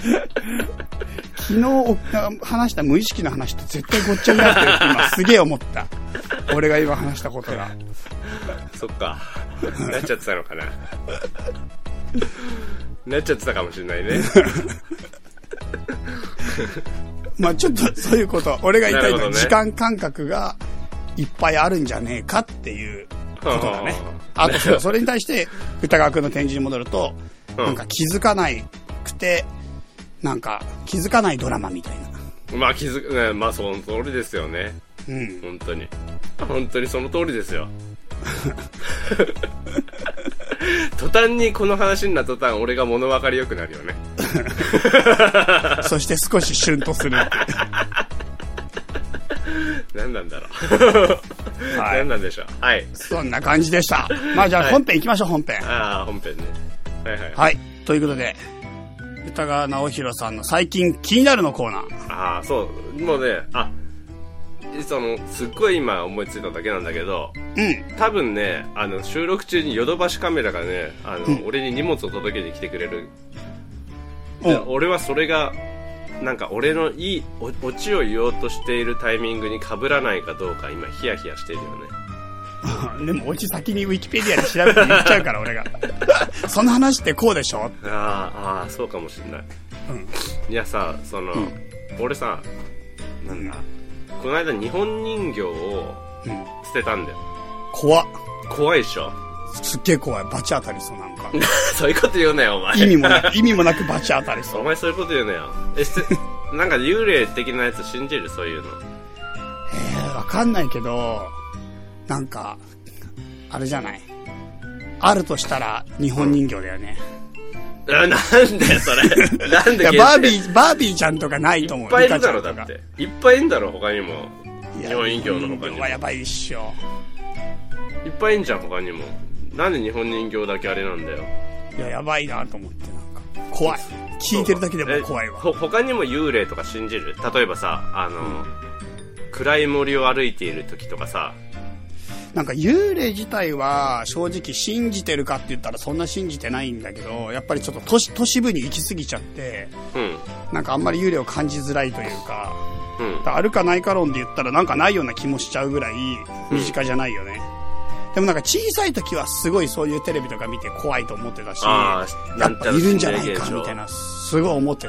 Speaker 2: [LAUGHS] 昨日お話した無意識の話と絶対ごっちゃになってるって今すげえ思った。俺が今話したことが。
Speaker 3: そっか。なっちゃってたのかな。なっちゃってたかもしれないね。
Speaker 2: まあちょっとそういうこと。俺が言いたいの
Speaker 3: なる
Speaker 2: は
Speaker 3: ほどね
Speaker 2: 時間感覚がいっぱいあるんじゃねえか
Speaker 3: [LAUGHS]
Speaker 2: っていうことだね。あとそう、それに対して歌川くんの展示に戻ると、
Speaker 3: うん
Speaker 2: なんか気づかないくて、なんか気づかないドラマみたいな。
Speaker 3: まあ気づく、ね、まあその通りですよね。
Speaker 2: うん。
Speaker 3: 本当に。本当にその通りですよ。途端にこの話になった途端、俺が物分かり良くなるよね。 [LAUGHS]
Speaker 2: そして少しシュンとするっていう。
Speaker 3: 何なんだろう。
Speaker 2: はい
Speaker 3: 何なんでしょう。はい。
Speaker 2: そんな感じでした。まあじゃあ本編行きましょう、本編。
Speaker 3: ああ、本編ね。はいはい。
Speaker 2: はい。ということで、歌川直弘さんの最近気になるのコーナー。
Speaker 3: ああ、そう。もうね、あ、その、すっごい今思いついただけなんだけど、
Speaker 2: うん。
Speaker 3: 多分ね、あの、収録中にヨドバシカメラがね、あの、
Speaker 2: うん
Speaker 3: 俺に荷物を届けに来てくれる
Speaker 2: お
Speaker 3: で俺はそれがなんか俺のいいおオチを言おうとしているタイミングに被らないかどうか今ヒヤヒヤしてるよね
Speaker 2: [LAUGHS] でも、おうち先にウィキペディアで調べて言っちゃうから、俺が。 [LAUGHS] その話ってこうでしょ
Speaker 3: あーあーそうかもしんない
Speaker 2: うん。
Speaker 3: いやさその、
Speaker 2: ん
Speaker 3: 俺さなんだこの間日本人形を
Speaker 2: うん。
Speaker 3: 捨てたんだよ
Speaker 2: 怖っ。
Speaker 3: 怖いっしょ [LAUGHS]
Speaker 2: すっげえ怖い。バチ当たりそう、なんか。
Speaker 3: そういうこと言うなよお前
Speaker 2: 意味も
Speaker 3: [LAUGHS]
Speaker 2: なく、意味もなくバチ当たりそ
Speaker 3: お
Speaker 2: う。
Speaker 3: 前そういうこと言うなよえ捨てなんか幽霊的なやつ信じるそういうの
Speaker 2: えー、わかんないけど、なんか、あれじゃない。あるとしたら、日本人形だよね。
Speaker 3: えなんでそれなん
Speaker 2: い
Speaker 3: で
Speaker 2: や、
Speaker 3: 限定
Speaker 2: バービー、バービーちゃんとかないと思。
Speaker 3: いうっぱいい
Speaker 2: リカ
Speaker 3: る
Speaker 2: ち
Speaker 3: だ
Speaker 2: ゃん
Speaker 3: ろ
Speaker 2: と
Speaker 3: だ
Speaker 2: か
Speaker 3: っていっぱいいるんだろ他にも
Speaker 2: いや
Speaker 3: 日本人形の他
Speaker 2: 日本
Speaker 3: に
Speaker 2: 人
Speaker 3: も
Speaker 2: 形はやばいっしょ。
Speaker 3: いっぱいいんじゃん他にもなんで日本人形だけあれなんだよ
Speaker 2: いや、やばいなと思って、なんか。怖い。聞いてるだけでも怖いわ
Speaker 3: え。ほ他にも幽霊とか信じる例えばさあの、暗い森を歩いている時とかさ
Speaker 2: なんか幽霊自体は正直信じてるかって言ったらそんな信じてないんだけど、やっぱりちょっと都市都市部に行き過ぎちゃって、
Speaker 3: うん
Speaker 2: なんかあんまり幽霊を感じづらいというか、
Speaker 3: うん
Speaker 2: だからあるかないか論で言ったらなんかないような気もしちゃうぐらい身近じゃないよね。でもなんか小さい時はすごいそういうテレビとか見て怖いと思ってたし、
Speaker 3: あー
Speaker 2: やっぱいるんじゃない
Speaker 3: なん
Speaker 2: か
Speaker 3: ちゃら
Speaker 2: みたいな、すごい思ってて、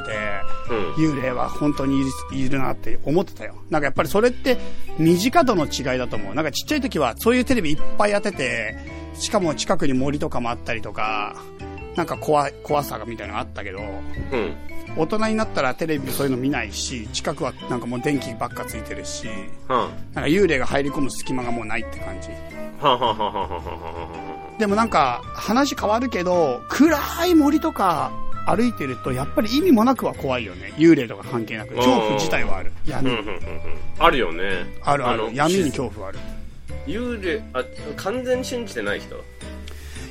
Speaker 3: うん
Speaker 2: 幽霊は本当にいるいるなって思ってたよ。なんかやっぱりそれって身近度の違いだと思う。なんかちっちゃい時はそういうテレビいっぱいやってて、しかも近くに森とかもあったりとか、なんか怖い怖さがみたいなのあったけど、
Speaker 3: うん
Speaker 2: 大人になったらテレビそういうの見ないし、近くはなんかもう電気ばっかついてるし、
Speaker 3: は
Speaker 2: なんか幽霊が入り込む隙間がもうないって感じ。
Speaker 3: んはんはんはんはんはんはんは
Speaker 2: でもなんか話変わるけど、暗い森とか歩いてるとやっぱり意味もなくは怖いよね。幽霊とか関係なく。
Speaker 3: ん
Speaker 2: 恐怖自体はある。
Speaker 3: ん
Speaker 2: 闇、
Speaker 3: うんうんうんうんあるよね
Speaker 2: あるあ
Speaker 3: の
Speaker 2: る。闇に恐怖はある。
Speaker 3: 幽霊あ完全に信じてない人
Speaker 2: い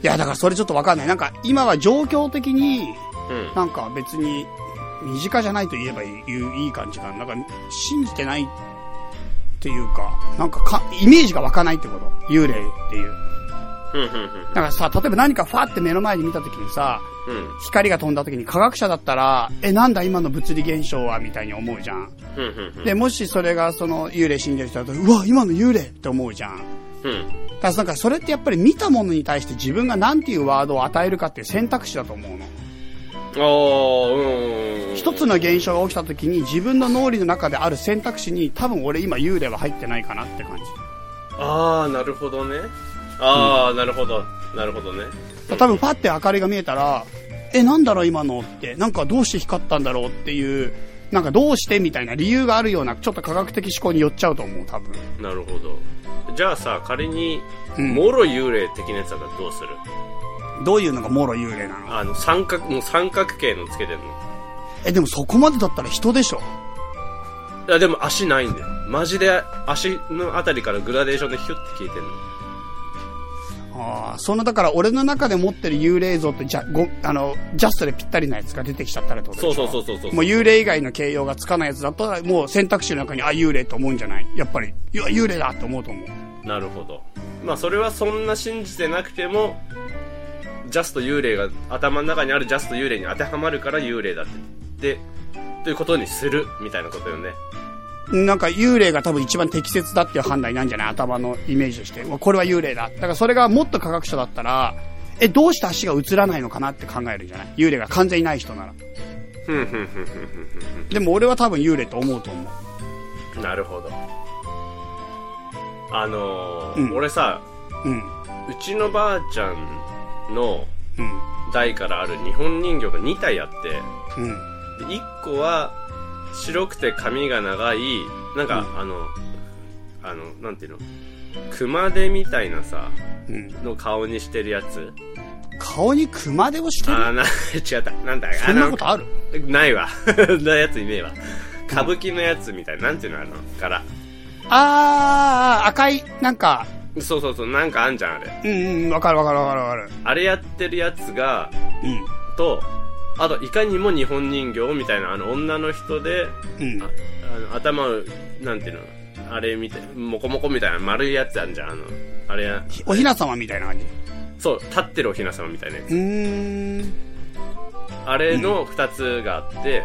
Speaker 2: や、だからそれちょっとわかんない。なんか今は状況的に、
Speaker 3: うん
Speaker 2: なんか別に身近じゃないと言えばいいいい感じかな。なんか信じてないっていうか、なんかかイメージが湧かないってこと。幽霊っていう。
Speaker 3: うんうんうん
Speaker 2: だからさ、例えば何かファーって目の前に見た時にさ、
Speaker 3: うん
Speaker 2: 光が飛んだ時に科学者だったら、え、なんだ今の物理現象はみたいに思うじゃん。
Speaker 3: うんうんうん
Speaker 2: で、もしそれがその幽霊死んでる人だと、うわ、今の幽霊って思うじゃん。
Speaker 3: うん
Speaker 2: だからなんかそれってやっぱり見たものに対して自分が何ていうワードを与えるかっていう選択肢だと思うの。
Speaker 3: あーうんうんうん
Speaker 2: 一つの現象が起きた時に自分の脳裏の中である選択肢に多分俺今幽霊は入ってないかなって感じ。
Speaker 3: ああなるほどねああ、なるほどなるほどね
Speaker 2: 多分パッて明かりが見えたら、え、なんだろう今のって、なんかどうして光ったんだろうっていう、なんかどうしてみたいな理由があるような、ちょっと科学的思考に寄っちゃうと思う、多分。
Speaker 3: なるほどじゃあさ仮に
Speaker 2: うん
Speaker 3: もろ幽霊的なやつだったらどうする、
Speaker 2: どういうのがもろ幽霊なの
Speaker 3: あの三角もう三角形のつけてんの
Speaker 2: え、でもそこまでだったら人でしょ
Speaker 3: いやでも足ないんだよマジで足のあたりからグラデーションでヒュッて消えてんの
Speaker 2: ああ、そのだから俺の中で持ってる幽霊像ってじゃ、ご、あの、ジャストでぴったりなやつが出てきちゃったらってこと
Speaker 3: そう
Speaker 2: でし
Speaker 3: そ
Speaker 2: ょ
Speaker 3: うそうそうそう
Speaker 2: もう幽霊以外の形容がつかないやつだと、もう選択肢の中に、あ、幽霊と思うんじゃないやっぱり、いや、幽霊だって思うと思う。
Speaker 3: なるほどまあそれはそんな信じてなくてもジャスト幽霊が頭の中にあるジャスト幽霊に当てはまるから幽霊だってでということにするみたいなことよね
Speaker 2: なんか幽霊が多分一番適切だっていう判断なんじゃない頭のイメージとして。うわこれは幽霊だ。だからそれがもっと科学者だったら、え、どうして足が映らないのかなって考えるんじゃない幽霊が完全にない人なら。
Speaker 3: ふんふんふんふんふんふんふん
Speaker 2: でも俺は多分幽霊と思うと思う。
Speaker 3: なるほどあのー
Speaker 2: うん
Speaker 3: 俺さ
Speaker 2: うん。
Speaker 3: うちのばあちゃんの
Speaker 2: うん。
Speaker 3: 台からある日本人形が2体あって、
Speaker 2: うん。
Speaker 3: で1個は白くて髪が長いなんか、
Speaker 2: うん
Speaker 3: あのあのなんていうの熊手みたいなさ
Speaker 2: うん。
Speaker 3: の顔にしてるやつ
Speaker 2: 顔に熊手をしてる
Speaker 3: あーな [LAUGHS] 違ったなんだ
Speaker 2: そんなことある
Speaker 3: あなんかないわ [LAUGHS] なやついねえわ歌舞伎のやつみたいななんていうのあの柄
Speaker 2: あー、赤い、なんか、
Speaker 3: そうそうそうなんかあんじゃんあれ
Speaker 2: うんうん、わかるわかるわかるわかる。
Speaker 3: あれやってるやつが
Speaker 2: う
Speaker 3: とあといかにも日本人形みたいなあの女の人で
Speaker 2: ん。うん
Speaker 3: あ。あの頭をなんていうのあれみたいモコモコみたいな丸いやつあんじゃんあのあれや
Speaker 2: おひなさまみたいな感じ。
Speaker 3: そう立ってるおひな様みたいなやつ
Speaker 2: うーん。
Speaker 3: あれの2つがあって、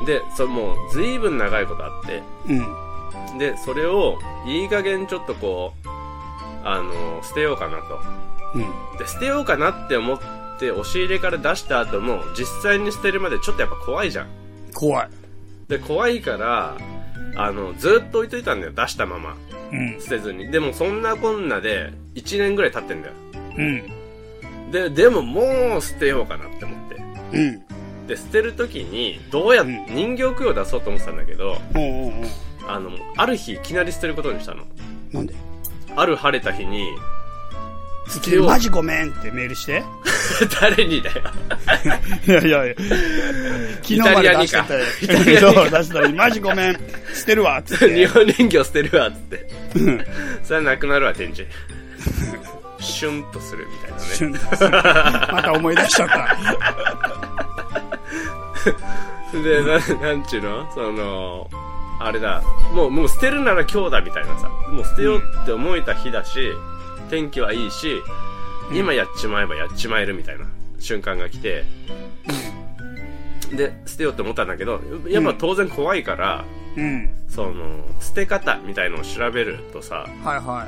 Speaker 2: うん。
Speaker 3: でそもう随分長いことあって
Speaker 2: うん。
Speaker 3: でそれをいい加減ちょっとこうあの捨てようかな
Speaker 2: うん。
Speaker 3: とで捨てようかなって思って押し入れから出した後も実際に捨てるまでちょっとやっぱ怖いじゃん
Speaker 2: 怖い。
Speaker 3: で怖いからあのずっと置いといたんだよ出したまま
Speaker 2: うん。
Speaker 3: 捨てずにでもそんなこんなで1年ぐらい経ってんだよ
Speaker 2: うん。
Speaker 3: ででももう捨てようかなって思って
Speaker 2: うん。
Speaker 3: で捨てる時にどうやっ
Speaker 2: うん
Speaker 3: 人形供養出そうと思ってたんだけど
Speaker 2: おうおうおう
Speaker 3: あのある日いきなり捨てることにしたの
Speaker 2: なんで
Speaker 3: ある晴れた日に捨てよう
Speaker 2: マジごめんってメールして。
Speaker 3: 誰にだよ
Speaker 2: [LAUGHS] いやいやいや。昨日まで出してたよ。
Speaker 3: イタリアにか
Speaker 2: そう出してたよマジごめん。捨てるわっつっ
Speaker 3: 日
Speaker 2: て。
Speaker 3: 本人形捨てるわっつって
Speaker 2: うん
Speaker 3: それはなくなるわ展示シュンとするみたいなね
Speaker 2: シュンとするまた思い出しちゃった。
Speaker 3: で、ななんちゅうのその、あれだ、もう、もう捨てるなら今日だみたいなさ、もう捨てようって思えた日だし、天気はいいし、今やっちまえばやっちまえるみたいな瞬間が来て、で、捨てようって思ったんだけど、やっぱ当然怖いから、
Speaker 2: うん。
Speaker 3: その、捨て方みたいのを調べるとさ、
Speaker 2: はいは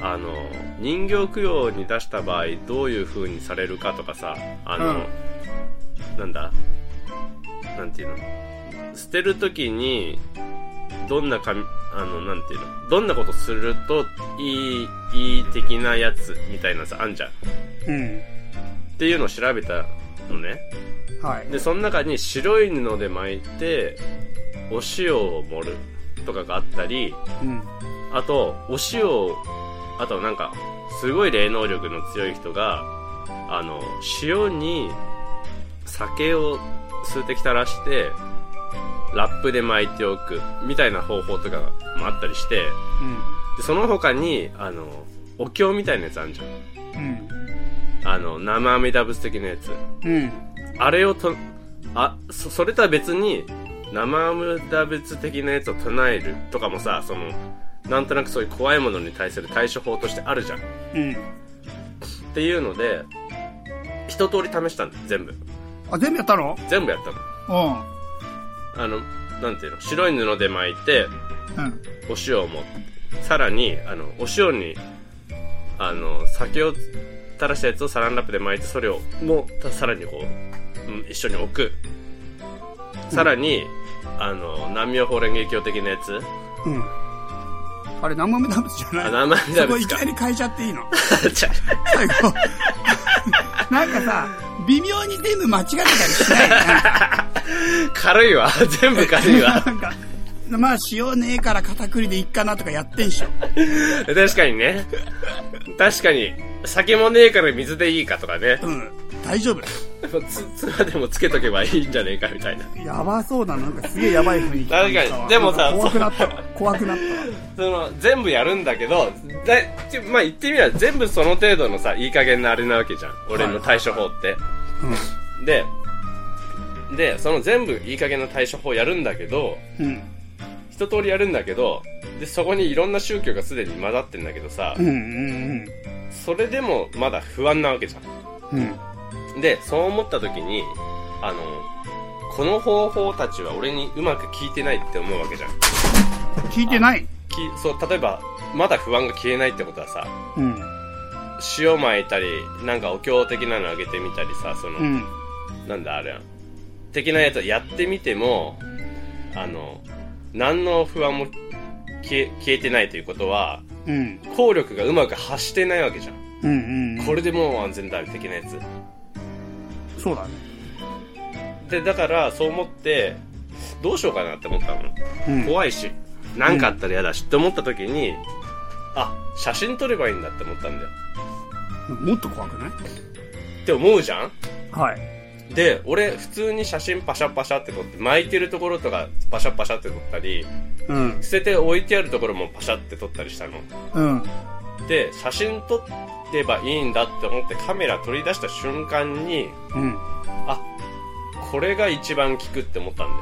Speaker 3: あの、人形供養に出した場合、どういう風にされるかとかさ、あの、なんだなんていうの捨てるときに、どんな紙、あの、なんていうのどんなことすると、いい、いい的なやつ、みたいなさ、あんじゃん。っ
Speaker 2: い。うん。
Speaker 3: ていうのを調べたのね。
Speaker 2: はい。
Speaker 3: で、その中に白い布で巻いて、お塩を盛るとかがあったり、
Speaker 2: うん。
Speaker 3: あと、お塩を、あとなんか、すごい霊能力の強い人が、あの、塩に酒を数滴垂らして、ラップで巻いておく、みたいな方法とかもあったりして、でその他に、あの、お経みたいなやつあるじゃん。
Speaker 2: うん。
Speaker 3: あの、生阿弥陀仏的なやつ。
Speaker 2: うん。うん。
Speaker 3: あれをと、あ、そ、それとは別に、生無駄別的なやつを唱えるとかもさ、その、なんとなくそういう怖いものに対する対処法としてあるじゃん。っ
Speaker 2: うん。
Speaker 3: ていうので、一通り試したんだよ、全部。
Speaker 2: あ、全部やったの
Speaker 3: 全部やったの。
Speaker 2: う
Speaker 3: あの、なんていうの、白い布で巻いて、
Speaker 2: ん。うん。
Speaker 3: お塩も、さらに、あの、お塩に、あの、酒を垂らしたやつをサランラップで巻いて、それを、もう、たさらにこう、うん、一緒に置く。さらに、あの、南明法蓮華経的なやつ。
Speaker 2: うん。あれ、生目ダブスじゃない
Speaker 3: あ、南明
Speaker 2: そ
Speaker 3: ダ
Speaker 2: こ
Speaker 3: ブ
Speaker 2: い
Speaker 3: ス
Speaker 2: き
Speaker 3: か
Speaker 2: な。り変えちゃっていいの [LAUGHS]
Speaker 3: ちゃ
Speaker 2: 最後。 [LAUGHS] なんかさ、微妙に全部間違ってたりし
Speaker 3: [LAUGHS]
Speaker 2: ないなんか
Speaker 3: [LAUGHS] 軽いわ。全部軽いわ。
Speaker 2: なんか、まあ、塩ねえから片栗でいっかなとかやってんしょ。
Speaker 3: 確かにね。確かに、酒もねえから水でいいかとかね。
Speaker 2: うん。大丈夫。
Speaker 3: もうつ、つまでもつけとけばいいんじゃねえかみたいな。
Speaker 2: やばそうだな。なんかすげえやばい雰囲気。
Speaker 3: 確かに
Speaker 2: なん
Speaker 3: でも
Speaker 2: な
Speaker 3: さ
Speaker 2: んか怖くなったわ。怖くなったわ。
Speaker 3: その、全部やるんだけど、だいちまあ言ってみれば全部その程度のさ、いい加減なあれなわけじゃん。俺の対処法って。で、で、その全部いい加減な対処法やるんだけど、
Speaker 2: うん。うん。
Speaker 3: 一通りやるんだけど、で、そこにいろんな宗教がすでに混ざってんだけどさ
Speaker 2: う、んうん
Speaker 3: それでもまだ不安なわけじゃ
Speaker 2: うん。うん。
Speaker 3: ん。で、そう思った時に、あの、この方法たちは俺にうまく効いてないって思うわけじゃん。
Speaker 2: 聞いてない
Speaker 3: きそう、例えば、まだ不安が消えないってことはさ、
Speaker 2: うん。
Speaker 3: 塩巻いたりなんかお経的なのあげてみたりさその、
Speaker 2: うん。
Speaker 3: なんだあれ的なやつをやってみてもあの何の不安も消え消えてないということは
Speaker 2: うん。
Speaker 3: 効力がうまく発してないわけじゃん
Speaker 2: うんうん。
Speaker 3: これでもう安全だ的なやつ
Speaker 2: そうだね。
Speaker 3: でだからそう思ってどうしようかなって思ったの、
Speaker 2: うん
Speaker 3: 怖いし何かあったら嫌だしって思った時に、あ写真撮ればいいんだって思ったんだよ
Speaker 2: もっと怖くない
Speaker 3: って思うじゃん
Speaker 2: はい。
Speaker 3: で俺普通に写真パシャパシャって撮って巻いてるところとかパシャパシャって撮ったり
Speaker 2: うん。
Speaker 3: 捨てて置いてあるところもパシャって撮ったりしたの
Speaker 2: うん。
Speaker 3: で写真撮ればいいんだって思ってカメラ取り出した瞬間に
Speaker 2: うん。
Speaker 3: あこれが一番効くって思ったんだよ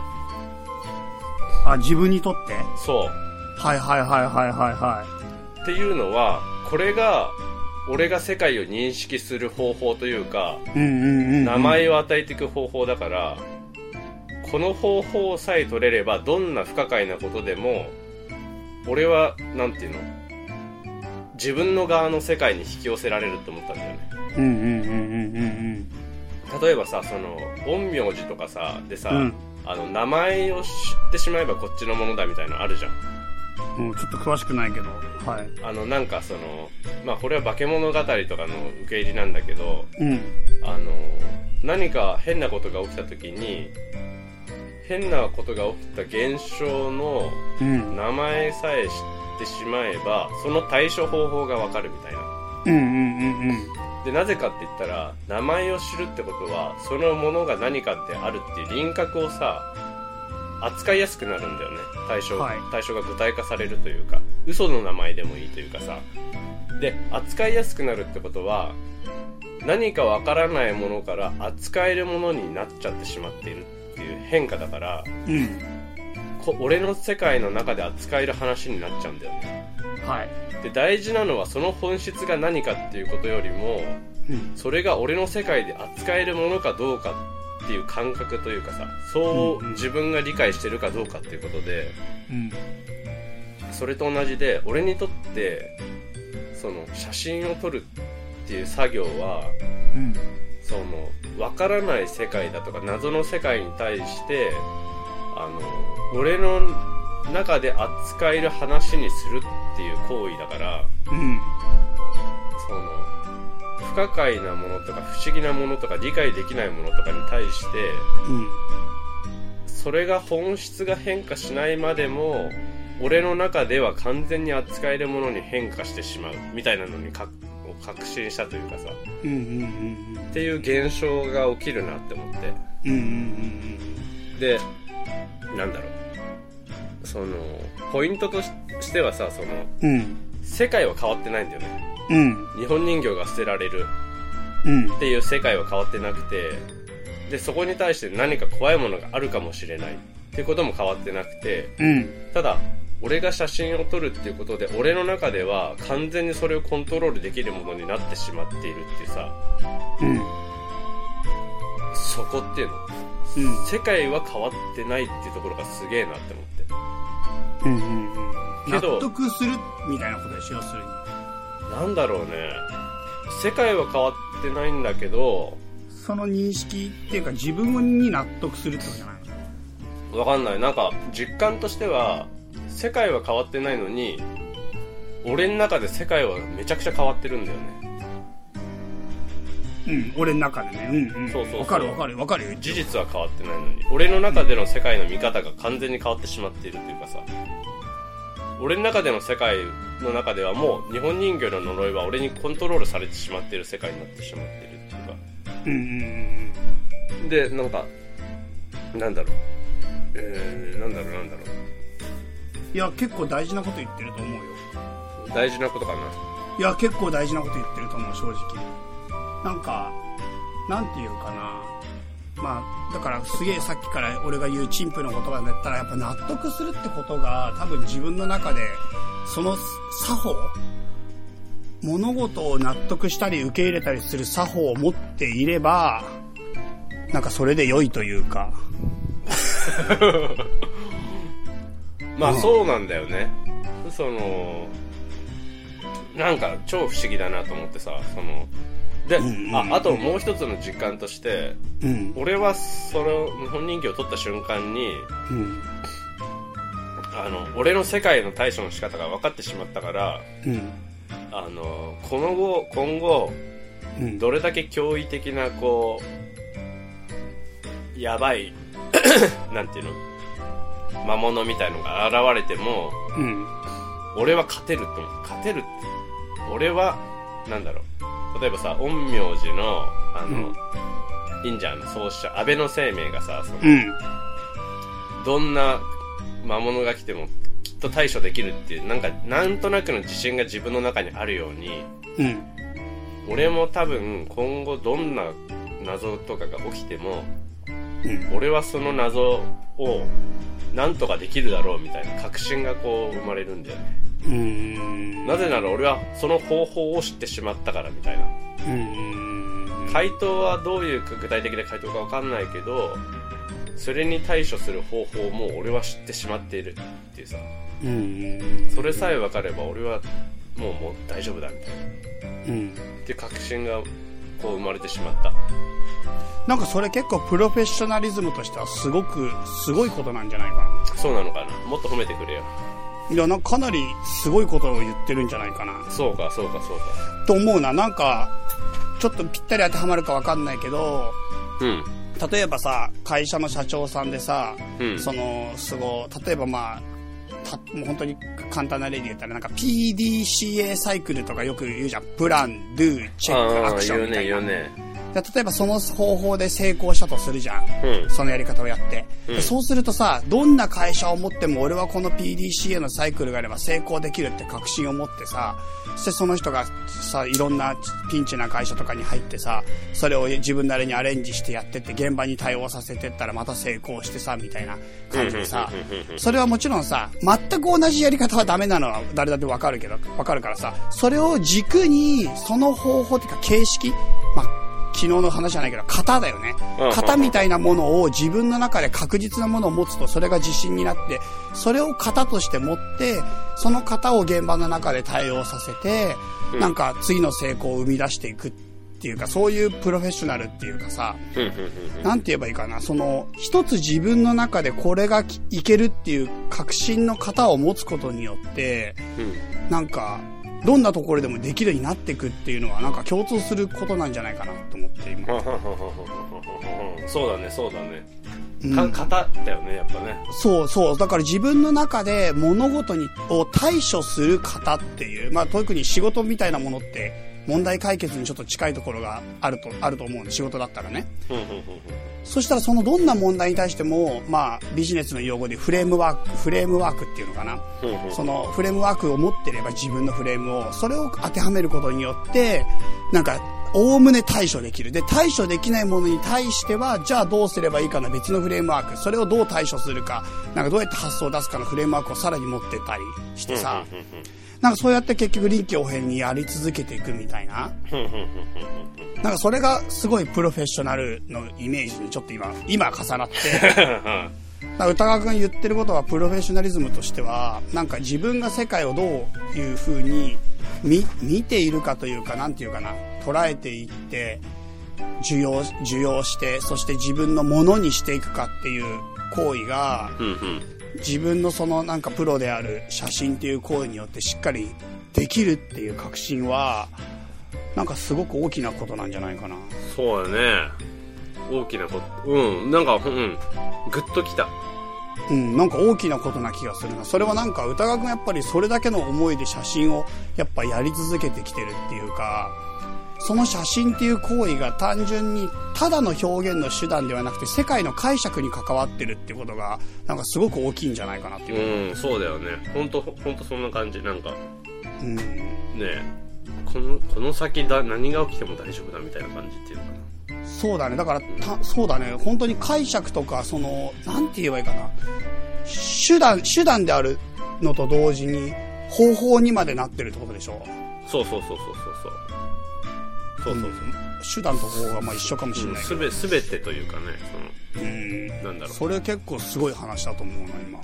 Speaker 2: あ、自分にとって
Speaker 3: そう
Speaker 2: はいはいはいはいはいは
Speaker 3: っていうのはこれが俺が世界を認識する方法というか
Speaker 2: い。うんうんうん。
Speaker 3: 名。前を与えていく方法だからこの方法さえ取れればどんな不可解なことでも俺はなんていうの自分の側の世界に引き寄せられると思ったんだよね
Speaker 2: うんうんうんうんうん
Speaker 3: 例えばさその陰陽師とかさでさ、
Speaker 2: うん
Speaker 3: あの名前を知ってしまえばこっちのものだみたいなのあるじゃん
Speaker 2: うん。もうちょっと詳しくないけど。はい。
Speaker 3: あのなんかそのまあこれは化け物語とかの受け入りなんだけど
Speaker 2: うん。
Speaker 3: あの何か変なことが起きた時に変なことが起きた現象の
Speaker 2: うん。
Speaker 3: 名前さえ知ってしまえばその対処方法がわかるみたいな
Speaker 2: うんうんうんうん。
Speaker 3: でなぜかって言ったら名前を知るってことはそのものが何かってあるっていう輪郭をさ扱いやすくなるんだよね対象,、
Speaker 2: はい
Speaker 3: 対象が具体化されるというか嘘の名前でもいいというかさで扱いやすくなるってことは何かわからないものから扱えるものになっちゃってしまっているっていう変化だから
Speaker 2: うん。
Speaker 3: こ俺の世界の中で扱える話になっちゃうんだよね
Speaker 2: はい。
Speaker 3: で大事なのはその本質が何かっていうことよりも
Speaker 2: うん。
Speaker 3: それが俺の世界で扱えるものかどうかっていう感覚というかさそう
Speaker 2: うんうん
Speaker 3: 自分が理解してるかどうかっていうことで
Speaker 2: うん。
Speaker 3: それと同じで俺にとってその写真を撮るっていう作業は
Speaker 2: うん。
Speaker 3: その分からない世界だとか謎の世界に対してあの俺の中で扱える話にするっていう行為だから
Speaker 2: うん。
Speaker 3: その不可解なものとか不思議なものとか理解できないものとかに対して
Speaker 2: うん。
Speaker 3: それが本質が変化しないまでも俺の中では完全に扱えるものに変化してしまうみたいなのにかを確信したというかさっ
Speaker 2: うんうんうん
Speaker 3: ていう現象が起きるなって思って
Speaker 2: うん。うんうん
Speaker 3: でなんだろうそのポイントとししてはさその
Speaker 2: うんうん。うん。
Speaker 3: 世界は変わってないんだよね
Speaker 2: うん。
Speaker 3: 日本人形が捨てられる
Speaker 2: うん
Speaker 3: っ。ていう世界は変わってなくてでそこに対して何か怖いものがあるかもしれないっていうことも変わってなくて
Speaker 2: うん。
Speaker 3: ただ俺が写真を撮るっていうことで俺の中では完全にそれをコントロールできるものになってしまっているっていうさ
Speaker 2: うん。
Speaker 3: そこっていうの
Speaker 2: うん。
Speaker 3: 世界は変わってないっていうところがすげえなって思って
Speaker 2: うんうんうん。
Speaker 3: けど
Speaker 2: 納得するみたいなことでしょ、要するに。
Speaker 3: なんだろうね世界は変わってないんだけど
Speaker 2: その認識っていうか自分に納得するってことじゃないの
Speaker 3: わかんないなんか実感としては世界は変わってないのに俺の中で世界はめちゃくちゃ変わってるんだよね
Speaker 2: うん、俺の中でね。うんうん。
Speaker 3: そうそうそう
Speaker 2: わかるわかるわかるよ。
Speaker 3: 事実は変わってないのに俺の中での世界の見方が完全に変わってしまっているというかさ俺の中での世界の中ではもう日本人形の呪いは俺にコントロールされてしまっている世界になってしまっているっていうか
Speaker 2: うんうん
Speaker 3: でなんかなんだろうえー、なんだろうなんだろ
Speaker 2: うん。いや、結構大事なこと言ってると思うよ。
Speaker 3: う大事なことかない
Speaker 2: や、結構大事なこと言ってると思う、正直。なんか、なんていうかな。まあ、だからすげえさっきから俺が言うチンプの言葉だったら、やっぱ納得するってことが、多分自分の中で、その作法物事を納得したり受け入れたりする作法を持っていれば、なんかそれで良いというか。
Speaker 3: まあそうなんだよね、そのなんか超不思議だなと思ってさそので、
Speaker 2: んうん
Speaker 3: ああともう一つの実感として
Speaker 2: うん。
Speaker 3: 俺はその日本人形を取った瞬間に
Speaker 2: うん。
Speaker 3: あの俺の世界への対処の仕方が分かってしまったから
Speaker 2: うん。
Speaker 3: あのこの後今後
Speaker 2: うん。
Speaker 3: どれだけ驚異的なこうやばい [COUGHS] なんていうの魔物みたいのが現れても
Speaker 2: うん。
Speaker 3: 俺は勝てるって思う勝てるって俺はなんだろう例えばさ陰陽師のあの、いいんじゃん創始者安倍の生命がさその、
Speaker 2: うん。
Speaker 3: どんな魔物が来てもきっと対処できるっていうなんかなんとなくの自信が自分の中にあるように
Speaker 2: うん。
Speaker 3: 俺も多分今後どんな謎とかが起きても
Speaker 2: うん。
Speaker 3: 俺はその謎をなんとかできるだろうみたいな確信がこう生まれるんだよね
Speaker 2: うん。
Speaker 3: なぜなら俺はその方法を知ってしまったからみたいな
Speaker 2: うん。
Speaker 3: 回答はどういう具体的な回答かわかんないけどそれに対処する方法も俺は知ってしまっているっていうさ
Speaker 2: うん。
Speaker 3: それさえ分かれば俺はもうもう大丈夫だみたいな
Speaker 2: うん。
Speaker 3: っていう確信がこう生まれてしまった
Speaker 2: なんかそれ結構プロフェッショナリズムとしてはすごく、すごいことなんじゃないかな。
Speaker 3: そうなのかなもっと褒めてくれよ
Speaker 2: いや、なんかかなりすごいことを言ってるんじゃないかな。
Speaker 3: そうかそうかそうか
Speaker 2: と思うな。なんか、ちょっとぴったり当てはまるかわかんないけど、
Speaker 3: うん
Speaker 2: 例えばさ、会社の社長さんでさ、
Speaker 3: うん
Speaker 2: その、すごい、例えばまあ、たもう本当に簡単な例で言ったら、なんか PDCA サイクルとかよく言うじゃん。プラン、ドゥ、チェック、ア
Speaker 3: ああ
Speaker 2: クション
Speaker 3: 言う
Speaker 2: みた
Speaker 3: ね
Speaker 2: い
Speaker 3: 言
Speaker 2: な。
Speaker 3: うね
Speaker 2: で例えばその方法で成功したとするじゃん。
Speaker 3: うん
Speaker 2: そのやり方をやって、で
Speaker 3: うん
Speaker 2: そうするとさ、どんな会社を持っても俺はこの PDCA のサイクルがあれば成功できるって確信を持ってさ、そしてその人がさ、いろんなピンチな会社とかに入ってさ、それを自分なりにアレンジしてやってって現場に対応させてったらまた成功してさ、みたいな感じでさ
Speaker 3: うんうんうんうん、
Speaker 2: それはもちろんさ、全く同じやり方はダメなのは誰だってわかるけど、わかるからさ、それを軸にその方法っていうか形式、まあ昨日の話じゃないけど、型だよね
Speaker 3: うん。
Speaker 2: 型みたいなものを自分の中で確実なものを持つと、それが自信になって、それを型として持って、その型を現場の中で対応させて、
Speaker 3: うん
Speaker 2: なんか次の成功を生み出していくっていうか、そういうプロフェッショナルっていうかさ、
Speaker 3: うんうんうんうん
Speaker 2: なんて言えばいいかな、その、一つ自分の中でこれがきいけるっていう確信の型を持つことによって、
Speaker 3: うん
Speaker 2: なんか、どんなところでもできるようになっていくっていうのは、なんか共通することなんじゃないかなと思って、今。
Speaker 3: ははははははそうだねそうだね
Speaker 2: うん
Speaker 3: か型だよねやっぱね
Speaker 2: そうそう。だから自分の中で物事に、を対処する方っていう、まあ特に仕事みたいなものって、問題解決にちょっと近いところがあると、あると思うんで、仕事だったらね。
Speaker 3: うんうんうん
Speaker 2: そしたらそのどんな問題に対しても、まあビジネスの用語でフレームワーク、フレームワークっていうのかな。
Speaker 3: うんうんうん
Speaker 2: そのフレームワークを持ってれば自分のフレームを、それを当てはめることによって、なんか、おおむね対処できる。で、対処できないものに対しては、じゃあどうすればいいかの別のフレームワーク、それをどう対処するか、なんかどうやって発想を出すかのフレームワークをさらに持ってったりしてさ、
Speaker 3: うんうんうん
Speaker 2: なんかそうやって結局臨機応変にやり続けていくみたいな。なんかそれがすごいプロフェッショナルのイメージにちょっと今、今重なって、だから歌川君言ってることはプロフェッショナリズムとしてはなんか自分が世界をどういうふうに見見ているかというかなんていうかな捉えていって受容受容してそして自分のものにしていくかっていう行為が
Speaker 3: うんうん
Speaker 2: 自分のそのなんかプロである写真っていう行為によってしっかりできるっていう確信はなんかすごく大きなことなんじゃないかな。
Speaker 3: そうだね大きなことうんなんかうんグッときた
Speaker 2: うん、なんか大きなことな気がするな。それはなんか歌川くんやっぱりそれだけの思いで写真をやっぱやり続けてきてるっていうか、その写真っていう行為が単純にただの表現の手段ではなくて世界の解釈に関わってるってことがなんかすごく大きいんじゃないかなっていう。
Speaker 3: うんそうだよね本当本当そんな感じなんかね
Speaker 2: うん。
Speaker 3: えこのこの先だ何が起きても大丈夫だみたいな感じっていうのかな
Speaker 2: そうだね。だからた、そうだね。本当に解釈とか、その、なんて言えばいいかな。手段、手段であるのと同時に方法にまでなってるってことでしょ
Speaker 3: そうそうそうそうそうそうそうそう
Speaker 2: 手段と方法がまあ一緒かもし
Speaker 3: そう、
Speaker 2: れ
Speaker 3: うん
Speaker 2: ないけど
Speaker 3: すべすべてというかねそ
Speaker 2: うん
Speaker 3: のなんだろう
Speaker 2: それ結構すごい話だと思うな今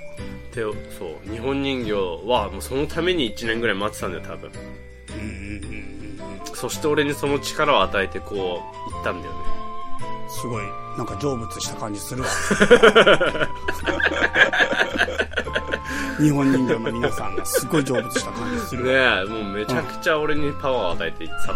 Speaker 3: 手をそう日本人形はもうそのために1年ぐらい待ってたんだよ多分
Speaker 2: うんうんうんうんうん
Speaker 3: そして俺にその力を与えてこう行ったんだよね
Speaker 2: すごいなんか成仏した感じするわ日本人形の皆さんがすごい成仏した感じするわ、
Speaker 3: ねえもうめちゃくちゃ俺にパワーを与えて去ってい
Speaker 2: う
Speaker 3: っ
Speaker 2: ん
Speaker 3: た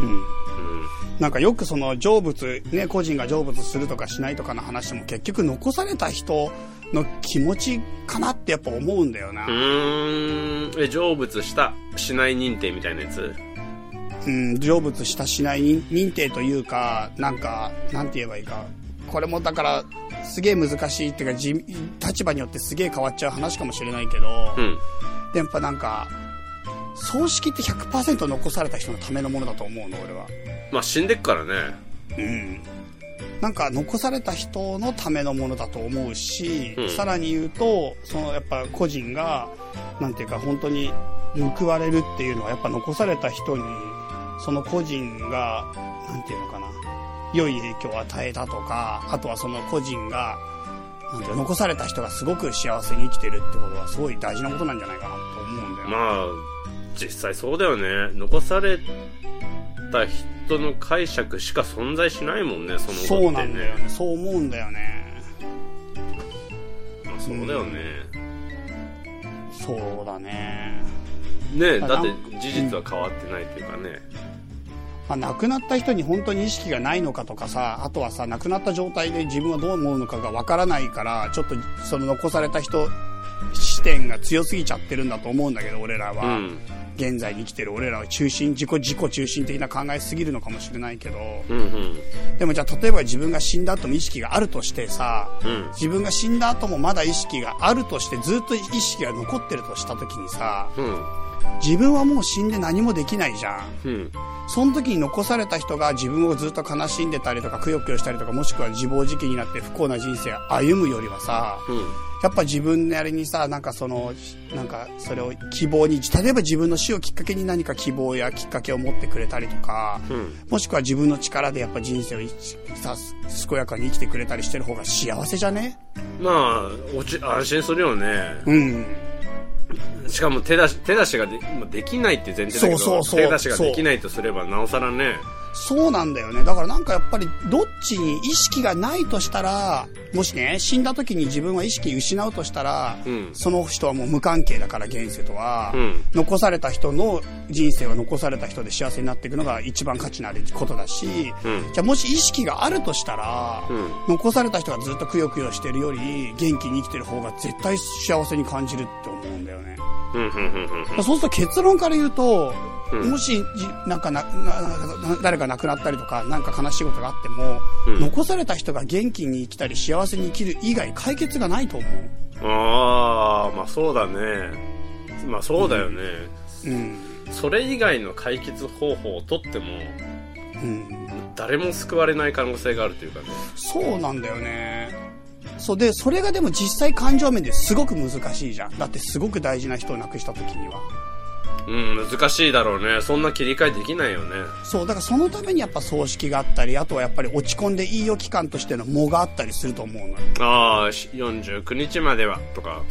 Speaker 3: うん
Speaker 2: なんかよくその成仏、ね、個人が成仏するとかしないとかの話も結局残された人の気持ちかなってやっぱ思うんだよな
Speaker 3: う。ーんえ成仏したしない認定みたいなやつ
Speaker 2: うん、成仏したしない認認定というか、なんか、なんて言えばいいか。これもだから、すげえ難しいっていうか、じ立場によってすげえ変わっちゃう話かもしれないけど、
Speaker 3: うん
Speaker 2: でやっぱなんか、葬式って100%残された人のためのものだと思うの、俺は。
Speaker 3: まあ死んでっからね
Speaker 2: うん。なんか残された人のためのものだと思うし、
Speaker 3: うん
Speaker 2: さらに言うと、そのやっぱ個人が、なんていうか本当に報われるっていうのはやっぱ残された人に、その個人が、なんていうのかな、良い影響を与えたとか、あとはその個人が、なんていうの残された人がすごく幸せに生きてるってことはすごい大事なことなんじゃないかなと思うんだよね。
Speaker 3: まあ実際そうだよね残された人の解釈しか存在しないもんねその後
Speaker 2: そうな
Speaker 3: って
Speaker 2: んだよね。そう思うんだよね。
Speaker 3: まあ、そうだよね、
Speaker 2: そうだね。
Speaker 3: ね
Speaker 2: まあ
Speaker 3: だって
Speaker 2: なん
Speaker 3: 事実は変わってないっていうかね、
Speaker 2: まあ、亡くなった人に本当に意識がないのかとかさあとはさ亡くなった状態で自分はどう思うのかがわからないからちょっとその残された人視点が強すぎちゃってるんだと思うんだけど俺らは、
Speaker 3: うん
Speaker 2: 現在に生きてる俺らは中心自己自己中心的な考えすぎるのかもしれないけど
Speaker 3: うんうん
Speaker 2: でもじゃあ例えば自分が死んだ後も意識があるとしてさ
Speaker 3: うん
Speaker 2: 自分が死んだ後もまだ意識があるとしてずっと意識が残ってるとした時にさ
Speaker 3: うん
Speaker 2: 自分はもう死んで何もできないじゃん
Speaker 3: うん
Speaker 2: その時に残された人が自分をずっと悲しんでたりとか、くよくよしたりとか、もしくは自暴自棄になって不幸な人生を歩むよりはさ、
Speaker 3: う
Speaker 2: やっぱ自分なりにさ、なんかその、なんかそれを希望に、例えば自分の死をきっかけに何か希望やきっかけを持ってくれたりとか、
Speaker 3: んうん
Speaker 2: もしくは自分の力でやっぱ人生をいさ、健やかに生きてくれたりしてる方が幸せじゃね
Speaker 3: まあ落ち安心するよね
Speaker 2: うん。
Speaker 3: しかも手出し手出しがでまあできないって前提だけ
Speaker 2: そ
Speaker 3: ど
Speaker 2: うそうそう
Speaker 3: 手出しができないとすればなおさらね
Speaker 2: そうなんだよね。だからなんかやっぱり、どっちに意識がないとしたら、もしね、死んだ時に自分は意識失うとしたら、
Speaker 3: うん
Speaker 2: その人はもう無関係だから、現世とは。
Speaker 3: うん
Speaker 2: 残された人の人生は残された人で幸せになっていくのが一番価値のあることだし、
Speaker 3: うん
Speaker 2: じゃあもし意識があるとしたら、
Speaker 3: うん
Speaker 2: 残された人がずっとくよくよしてるより、元気に生きてる方が絶対幸せに感じるって思うんだよね。
Speaker 3: うんうんうんうん
Speaker 2: そうすると結論から言うと、
Speaker 3: うん
Speaker 2: もしじなんかななな誰か亡くなったりとかなんか悲しいことがあっても、
Speaker 3: うん
Speaker 2: 残された人が元気に生きたり幸せに生きる以外解決がないと思
Speaker 3: ああまあそうだねまあそうだよね、
Speaker 2: ううん
Speaker 3: それ以外の解決方法をとっても
Speaker 2: うん
Speaker 3: 誰も救われない可能性があるというかね
Speaker 2: そうなんだよねそうでそれがでも実際感情面ですごく難しいじゃんだってすごく大事な人を亡くした時には
Speaker 3: うん難しいだろうねそんな切り替えできないよね
Speaker 2: そうだからそのためにやっぱ葬式があったりあとはやっぱり落ち込んでいいよ期間としての藻があったりすると思うのよ
Speaker 3: ああ49日まではとか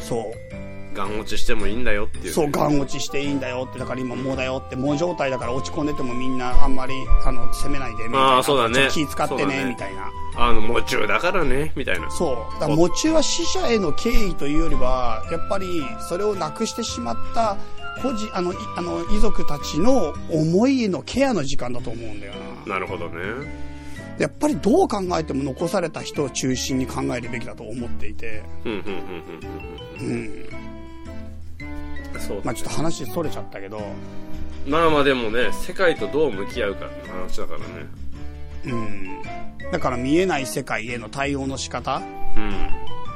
Speaker 2: そう
Speaker 3: がん落ちしてもいいんだよっていうね、
Speaker 2: そう、ガン落ちしていいんだよって、だから今、もうだよって、もう状態だから落ち込んでてもみんなあんまり、あの、責めないで、みたいな。
Speaker 3: あーそうだね
Speaker 2: ちょっと気使って
Speaker 3: そうだ
Speaker 2: ね、
Speaker 3: ね
Speaker 2: みたいな。
Speaker 3: あのもう中だからねみたいな
Speaker 2: そう。だから、喪中は死者への敬意というよりは、やっぱり、それをなくしてしまった、個人、あの、いあの、遺族たちの思いへのケアの時間だと思うんだよな。
Speaker 3: なるほどね
Speaker 2: やっぱりどう考えても残された人を中心に考えるべきだと思っていて、
Speaker 3: うんうん
Speaker 2: うん。
Speaker 3: うんうんうんそうだ
Speaker 2: まあちょっと話逸れちゃったけど、
Speaker 3: まあまあでもね世界とどう向き合うかの話だからね
Speaker 2: うん。だから見えない世界への対応の仕方
Speaker 3: うん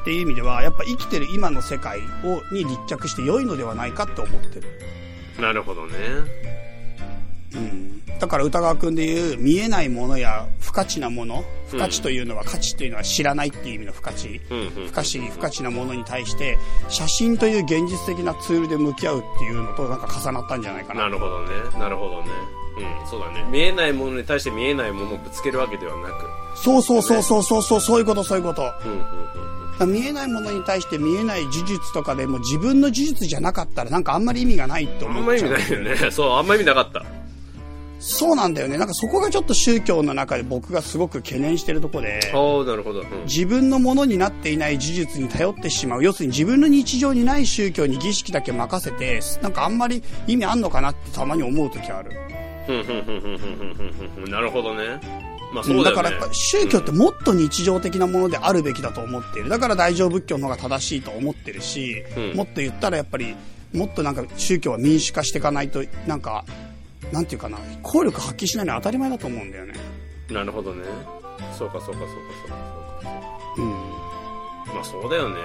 Speaker 2: っていう意味ではやっぱ生きてる今の世界をに立着して良いのではないかって思ってる、
Speaker 3: なるほどね
Speaker 2: うん、だから歌川くんでいう見えないものや不価値なもの不価値というのは、価値というのは知らないっていう意味の不価値
Speaker 3: うんうん
Speaker 2: 不可思議不可知なものに対して写真という現実的なツールで向き合うっていうのとなんか重なったんじゃないかな
Speaker 3: なるほどねなるほどねうんそうだね見えないものに対して見えないものをぶつけるわけではなく
Speaker 2: そうそうそうそうそうそうそういうことそういうことだか
Speaker 3: うんうんうん
Speaker 2: ら見えないものに対して見えない事実とかでも自分の事実じゃなかったらなんかあんまり意味がないって
Speaker 3: あ
Speaker 2: 思
Speaker 3: んま
Speaker 2: っ
Speaker 3: 意
Speaker 2: ちゃ
Speaker 3: 味
Speaker 2: う
Speaker 3: ないよねそうあんま意味なかった
Speaker 2: そうなんだよね。なんかそこがちょっと宗教の中で僕がすごく懸念してるとこで、
Speaker 3: ああなるほど、うん
Speaker 2: 自分のものになっていない事実に頼ってしまう。要するに自分の日常にない宗教に儀式だけ任せて、なんかあんまり意味あんのかなってたまに思う時ある。
Speaker 3: ふんふんふんふんふんふんふんふんなるほどね。まあそう
Speaker 2: だ
Speaker 3: だよ
Speaker 2: か
Speaker 3: ね。
Speaker 2: らやっぱり宗教ってもっと日常的なものであるべきだと思っている。だから大乗仏教の方が正しいと思ってるし、
Speaker 3: うん
Speaker 2: もっと言ったらやっぱり、もっとなんか宗教は民主化していかないと、なんか、なんていうかな、効力発揮しないのは当たり前だと思うんだよね。
Speaker 3: なるほどね。そうかそうかそうかそうかそうか。
Speaker 2: うん。
Speaker 3: まあそうだよね。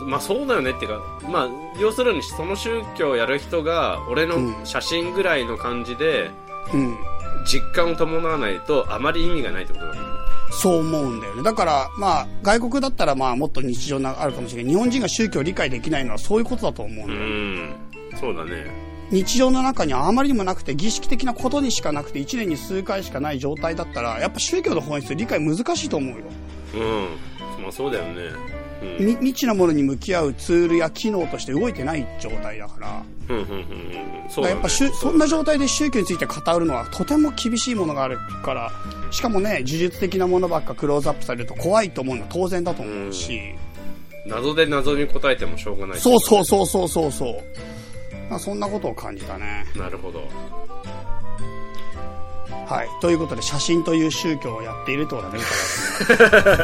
Speaker 3: うんまあそうだよねっていうか、まあ要するにその宗教をやる人が俺
Speaker 2: う
Speaker 3: の写真ぐらいの感じで
Speaker 2: うん。
Speaker 3: 実感を伴わないとあまり意味がないってことだもんね。
Speaker 2: そう思うんだよね。だから、まあ、外国だったらまあもっと日常なあるかもしれない。日本人が宗教を理解できないのはそういうことだと思うんだよ
Speaker 3: う
Speaker 2: ね。
Speaker 3: ん。そうだね。
Speaker 2: 日常の中にあまりにもなくて儀式的なことにしかなくて1年に数回しかない状態だったらやっぱ宗教の本質理解難しいと思うよ
Speaker 3: うん。まあそうだよね。うん。
Speaker 2: み未知なものに向き合うツールや機能として動いてない状態だから
Speaker 3: うんうんうんうん。
Speaker 2: だ
Speaker 3: そう
Speaker 2: から
Speaker 3: だ
Speaker 2: や
Speaker 3: ね
Speaker 2: っぱしゅそんな状態で宗教について語るのはとても厳しいものがあるからしかもね呪術的なものばっかクローズアップされると怖いと思うのは当然だと思うし、
Speaker 3: 謎で謎に答えてもしょうがない。
Speaker 2: そうそうそうそうそうそうまあそんなことを感じたね
Speaker 3: う。なるほど。
Speaker 2: はいということで写真という宗教をやっているってことだね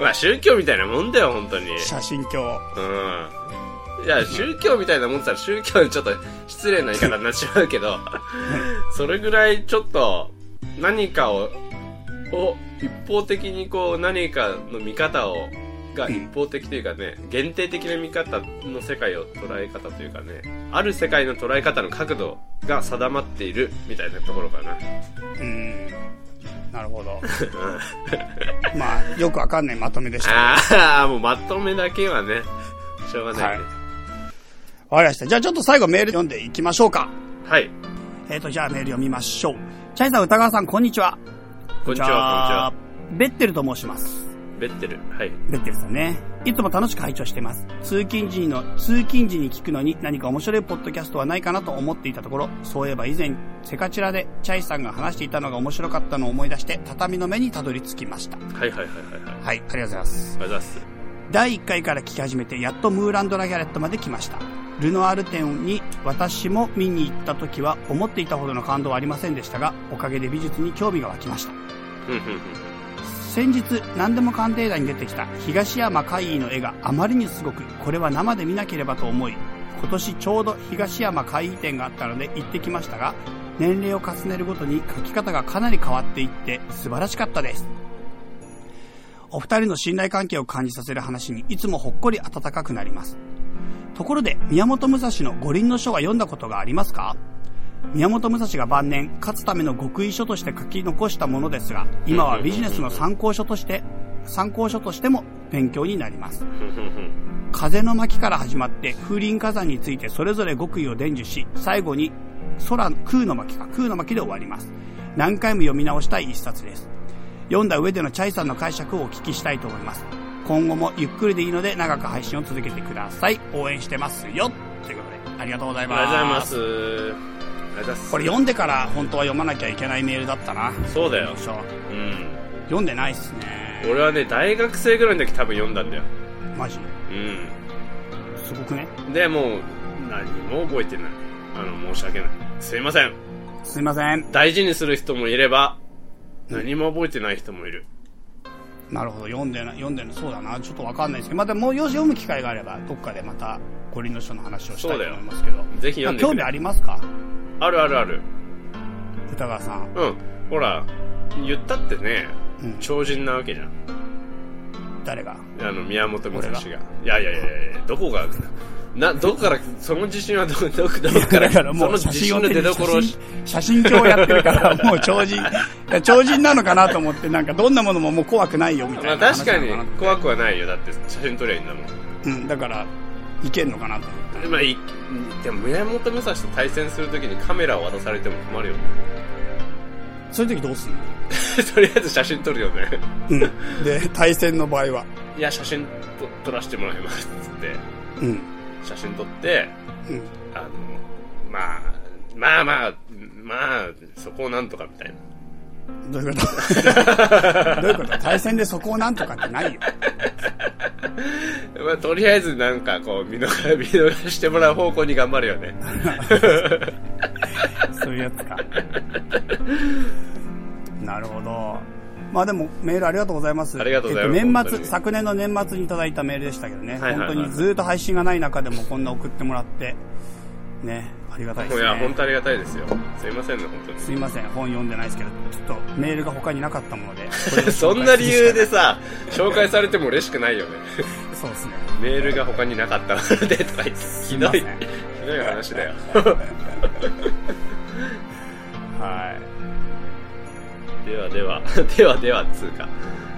Speaker 3: まあ宗教みたいなもんだよ、本当に。 [LAUGHS]
Speaker 2: 写真教
Speaker 3: うん。いや、宗教みたいなもんって言ったら宗教にちょっと失礼な言い方になっちまうけど、それぐらいちょっと何かを、を一方的にこう何かの見方を、が一方的というかね、限定的な見方の世界を捉え方というかね、ある世界の捉え方の角度が定まっているみたいなところかな。
Speaker 2: うんなるほ
Speaker 3: [LAUGHS]
Speaker 2: ど。まあ、よくわかんないまとめでした。わ
Speaker 3: ああ、もうまとめだけはね、しょうがないね。
Speaker 2: かりました。じゃあちょっと最後メール読んでいきましょうか。
Speaker 3: はい。
Speaker 2: えっ、と、じゃあメール読みましょう。チャイさん、歌川さん、こんにちは。
Speaker 3: こんにちは、こんにち
Speaker 2: こん
Speaker 3: は。
Speaker 2: にちは。ベッテルと申します。
Speaker 3: ベッテル。はい。
Speaker 2: ベッテルさんね。いつも楽しく拝聴しています。通勤時の、通勤時に聞くのに何か面白いポッドキャストはないかなと思っていたところ、そういえば以前、セカチラでチャイさんが話していたのが面白かったのを思い出して、畳の目にたどり着きました。
Speaker 3: はいはいはいはいは
Speaker 2: はい、
Speaker 3: い。
Speaker 2: ありがとうございます。
Speaker 3: ありがとうございます。
Speaker 2: 第1回から聞き始めてやっとムーランド・ラ・ギャレットまで来ましたルノアール展に私も見に行った時は思っていたほどの感動はありませんでしたがおかげで美術に興味が湧きました
Speaker 3: うんうんうん。
Speaker 2: 先日何でも鑑定団に出てきた東山魁夷の絵があまりにすごくこれは生で見なければと思い今年ちょうど東山魁夷展があったので行ってきましたが年齢を重ねるごとに描き方がかなり変わっていって素晴らしかったですお二人の信頼関係を感じさせる話にいつもほっこり温かくなりますところで宮本武蔵の五輪の書は読んだことがありますか宮本武蔵が晩年勝つための極意書として書き残したものですが今はビジネスの参考書として参考書としても勉強になります
Speaker 3: うんうんうん
Speaker 2: 風の巻から始まって風林火山についてそれぞれ極意を伝授し最後に空空の巻か空の巻で終わります何回も読み直したい一冊です読んだ上でのチャイさんの解釈をお聞きしたいと思います今後もゆっくりでいいので長く配信を続けてください応援してますよということでありがとうござい
Speaker 3: ありがとう
Speaker 2: ます
Speaker 3: ございます。ありがとうございます。
Speaker 2: これ読んでから本当は読まなきゃいけないメールだったな
Speaker 3: そうだよ。
Speaker 2: そう
Speaker 3: うん。
Speaker 2: 読んでないっすね
Speaker 3: 俺はね、大学生ぐらいの時多分読んだんだよ。
Speaker 2: マジ
Speaker 3: う
Speaker 2: すごくね
Speaker 3: ん。で、もう、何も覚えてない。あの、申し訳ない。すいません。
Speaker 2: すいません
Speaker 3: 大事にする人もいれば、
Speaker 2: うん
Speaker 3: 何も覚えてない人もいる。
Speaker 2: なるほど読んでない読んでないそうだなちょっとわかんないですけどまたもうよし読む機会があればどっかでまた五輪の書の話をしたいと思いますけど
Speaker 3: ぜひ読んで
Speaker 2: 興
Speaker 3: く
Speaker 2: 味
Speaker 3: れ。
Speaker 2: ありますか
Speaker 3: あるあるある。
Speaker 2: 歌川さん、
Speaker 3: うん。ほら、言ったってね、
Speaker 2: うん、
Speaker 3: 超人なわけじゃん。
Speaker 2: 誰が
Speaker 3: あの、宮本武蔵が。
Speaker 2: 俺
Speaker 3: いやいやいやいや、どこが、な、どこから、その自信はど、ど、どこか
Speaker 2: だ
Speaker 3: ら、
Speaker 2: からもう
Speaker 3: その
Speaker 2: 写真
Speaker 3: 自信
Speaker 2: を
Speaker 3: の
Speaker 2: 手
Speaker 3: 出
Speaker 2: に
Speaker 3: 所をし、
Speaker 2: 写真写真鏡やってるからもう超
Speaker 3: [LAUGHS]
Speaker 2: 人いや超人なのかなと思ってなんかどんなものももう怖くないよみ
Speaker 3: ま
Speaker 2: た
Speaker 3: あ
Speaker 2: いな
Speaker 3: 確
Speaker 2: 話
Speaker 3: か
Speaker 2: なの
Speaker 3: に
Speaker 2: な
Speaker 3: 怖くはないよ。だって写真撮りゃいいんだもん。
Speaker 2: うん、だからいけんのかなと思って
Speaker 3: まあ、いでも宮本武蔵と対戦するときにカメラを渡されても困るよね。 [LAUGHS]
Speaker 2: そういう時どうすんの
Speaker 3: とりあえず写真撮るよね。
Speaker 2: うん、で対戦の場合はい
Speaker 3: や、写真と撮らせてもらいます。つって、
Speaker 2: うん
Speaker 3: 写真撮って、
Speaker 2: うん
Speaker 3: あの、まあ、まあまあ、まあ、そこをなんとかみたい
Speaker 2: ど
Speaker 3: な。
Speaker 2: ういうこと [LAUGHS]
Speaker 3: [LAUGHS]
Speaker 2: どういうこと対戦でそこをなんとかってないよ
Speaker 3: まあ、とりあえ [LAUGHS] ずなんかこう見逃、見逃してもらう方向に頑張るよね。
Speaker 2: そういうや
Speaker 3: [LAUGHS]
Speaker 2: つか。なるほど。まあでも、メールありがとうございます。
Speaker 3: ありがとうございます
Speaker 2: えっ
Speaker 3: 本
Speaker 2: 年
Speaker 3: 当
Speaker 2: 末、
Speaker 3: に
Speaker 2: 昨年の年末にいただいたメールでしたけどね。
Speaker 3: はいはいはい
Speaker 2: 本当にずっと配信がない中でもこんな送ってもらって、ね、ありがたいで
Speaker 3: い
Speaker 2: す
Speaker 3: や、本
Speaker 2: ね。
Speaker 3: 当ありがたいですよ。すいませんね、本当に。
Speaker 2: すいません、本読んでないですけど、ちょっとメールが他になかったもの
Speaker 3: [LAUGHS]
Speaker 2: で。
Speaker 3: そんな理由でさ、紹介されても嬉しくないよね。 [LAUGHS]
Speaker 2: そうですね。
Speaker 3: メールが他になかったのでとか言って、ひどい、
Speaker 2: すいません
Speaker 3: ひどい話だよ。 [LAUGHS]
Speaker 2: はい。
Speaker 3: ではでは、 [LAUGHS] ではでは、つうか。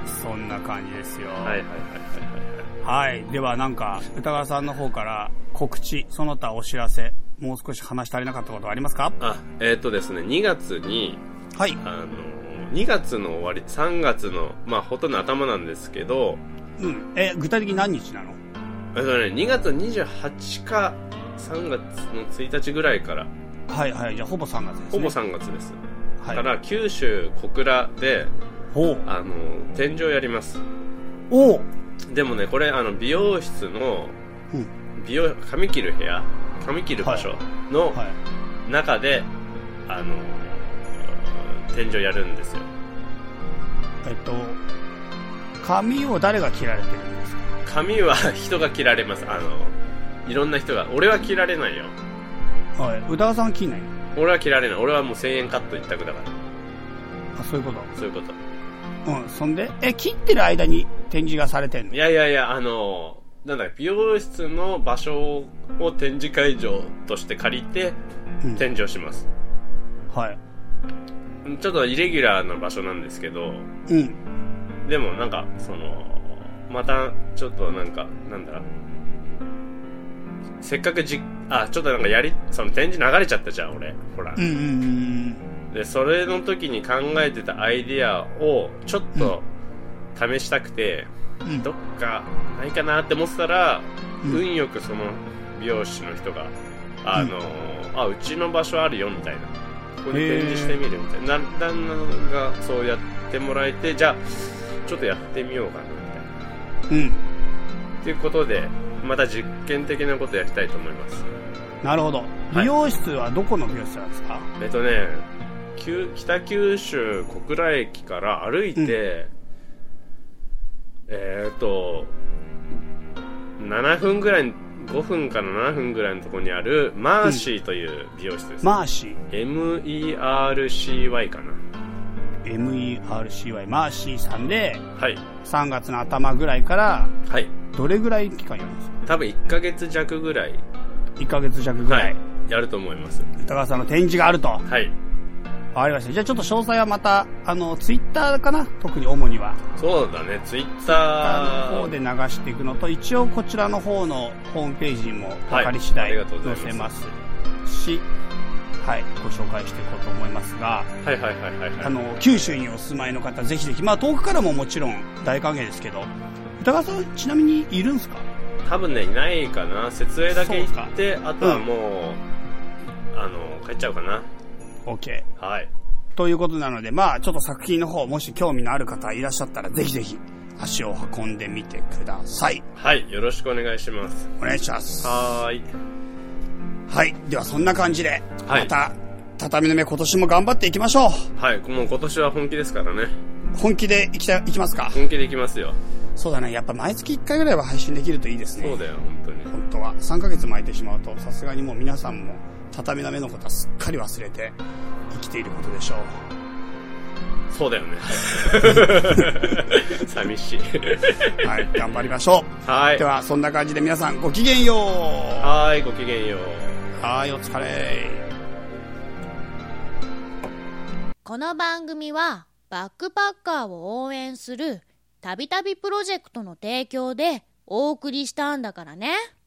Speaker 2: そんな感じですよ。
Speaker 3: はいはいはい
Speaker 2: はい。では、なんか、歌川さんの方から告知、その他お知らせ、もう少し話し足りなかったことはありますか
Speaker 3: はい。あ、えっ、とですね、2月に、
Speaker 2: はい。
Speaker 3: あの、2月の終わり、3月の、まあ、ほとんど頭なんですけど、
Speaker 2: うん。え、具体的に何日なの
Speaker 3: えっとね、2月28か3月の1日ぐらいから、
Speaker 2: はいはい。じゃあ、ほぼ3月ですね。
Speaker 3: ほぼ3月です。
Speaker 2: はい
Speaker 3: から、九州小倉で、
Speaker 2: おう
Speaker 3: あの、天井やります。
Speaker 2: おう
Speaker 3: でもね、これ、あの、美容室の、
Speaker 2: うん
Speaker 3: 美容、髪切る部屋、髪切る場所の
Speaker 2: はい。
Speaker 3: 中で、あの、天井やるんですよ。
Speaker 2: えっと、髪を誰が切られてるんですか
Speaker 3: 髪は人が切られます。あの、いろんな人が、俺は切られないよ。
Speaker 2: はい。宇田川さんは切んない
Speaker 3: 俺は切られない。俺はもう1000円カット一択だから。
Speaker 2: あ、そういうこ
Speaker 3: そういうこと。
Speaker 2: と。うん。そんで、え、切ってる間に展示がされてんの
Speaker 3: いやいやいや、あの、なんだ美容室の場所を展示会場として借りて
Speaker 2: うん
Speaker 3: 展示をします。
Speaker 2: はい。
Speaker 3: ちょっとイレギュラーな場所なんですけど、
Speaker 2: うん。
Speaker 3: でもなんか、その、また、ちょっとなんか、なんだせっかくじ、あ、ちょっとなんかやり、その展示流れちゃったじゃん、俺。ほら
Speaker 2: うん。うんうんうん
Speaker 3: で、それの時に考えてたアイディアを、ちょっと、試したくて、
Speaker 2: うん。うん
Speaker 3: どっかないかなって思ってたら、
Speaker 2: うん
Speaker 3: 運よくその美容師の人が、あのーあ、うちの場所あるよみたいな。ここに展示してみるみたいな。な旦那がそうやってもらえて、じゃあ、ちょっとやってみようかなみたいな。
Speaker 2: うん。
Speaker 3: ということで、また実験的なことやりたいと思います。
Speaker 2: なるほど。
Speaker 3: い
Speaker 2: 美容室はどこの美容室なんですか、
Speaker 3: えっとね、旧北九州小倉駅から歩いて、
Speaker 2: うん
Speaker 3: えーっと、7分ぐらい、5分から7分ぐらいのところにある、マーシーという美容室です。
Speaker 2: マーシ
Speaker 3: MERCY かな。
Speaker 2: ー、MERCY、マーシーさんで、
Speaker 3: はい。
Speaker 2: 3月の頭ぐらいから、
Speaker 3: はい。
Speaker 2: どれぐらい期間やるんですか
Speaker 3: 多分1ヶ月弱ぐらい、
Speaker 2: 1ヶ月弱ぐらい。
Speaker 3: やると思います。
Speaker 2: 高川さんの展示があると。わ
Speaker 3: はい。
Speaker 2: かりました。じゃあちょっと詳細はまた、あの、ツイッターかな特に主には。
Speaker 3: そうだね、ツイッ
Speaker 2: あの
Speaker 3: タ
Speaker 2: 方で
Speaker 3: ー。
Speaker 2: 流していくのと、一応こちらの方のホームページにも分かり次
Speaker 3: あ
Speaker 2: 第
Speaker 3: りが
Speaker 2: 載
Speaker 3: とうございます
Speaker 2: せますし、はい、ご紹介していこうと思いますが、
Speaker 3: はいはいはいはい
Speaker 2: あ
Speaker 3: はい。
Speaker 2: の、九州にお住まいの方、ぜひぜひ、まあ遠くからももちろん大歓迎ですけど、歌川さん、ちなみにいるんすか
Speaker 3: 多分ねいないかな設営だけ行ってあとは
Speaker 2: うん
Speaker 3: もう、あの帰っちゃうかな
Speaker 2: ?OK。
Speaker 3: はい
Speaker 2: ということなので、まあちょっと作品の方、もし興味のある方いらっしゃったら、ぜひぜひ足を運んでみてください。
Speaker 3: はいよろしくお願いします
Speaker 2: お願いします。
Speaker 3: はーい
Speaker 2: はい。では、そんな感じで、
Speaker 3: はい
Speaker 2: また、畳の目今年も頑張っていきましょう。
Speaker 3: はいもう今年は本気ですからね
Speaker 2: 本気でいきたいきますか
Speaker 3: 本気でいきますよ
Speaker 2: そうだねやっぱ毎月1回ぐらいは配信できるといいですね
Speaker 3: そうだよ本当に
Speaker 2: 本当は3ヶ月も空いてしまうとさすがにもう皆さんも畳の目のことはすっかり忘れて生きていることでしょ
Speaker 3: そう
Speaker 2: [LAUGHS]
Speaker 3: だよね寂しいう
Speaker 2: はい頑張りましょ
Speaker 3: は
Speaker 2: うで
Speaker 3: い
Speaker 2: はそんな感じで皆さんごきげんようは
Speaker 3: はーいごきげんよう
Speaker 2: いお疲れ
Speaker 4: この番組はバックパッカーを応援するたびたびプロジェクトの提供でお送りしたんだからね。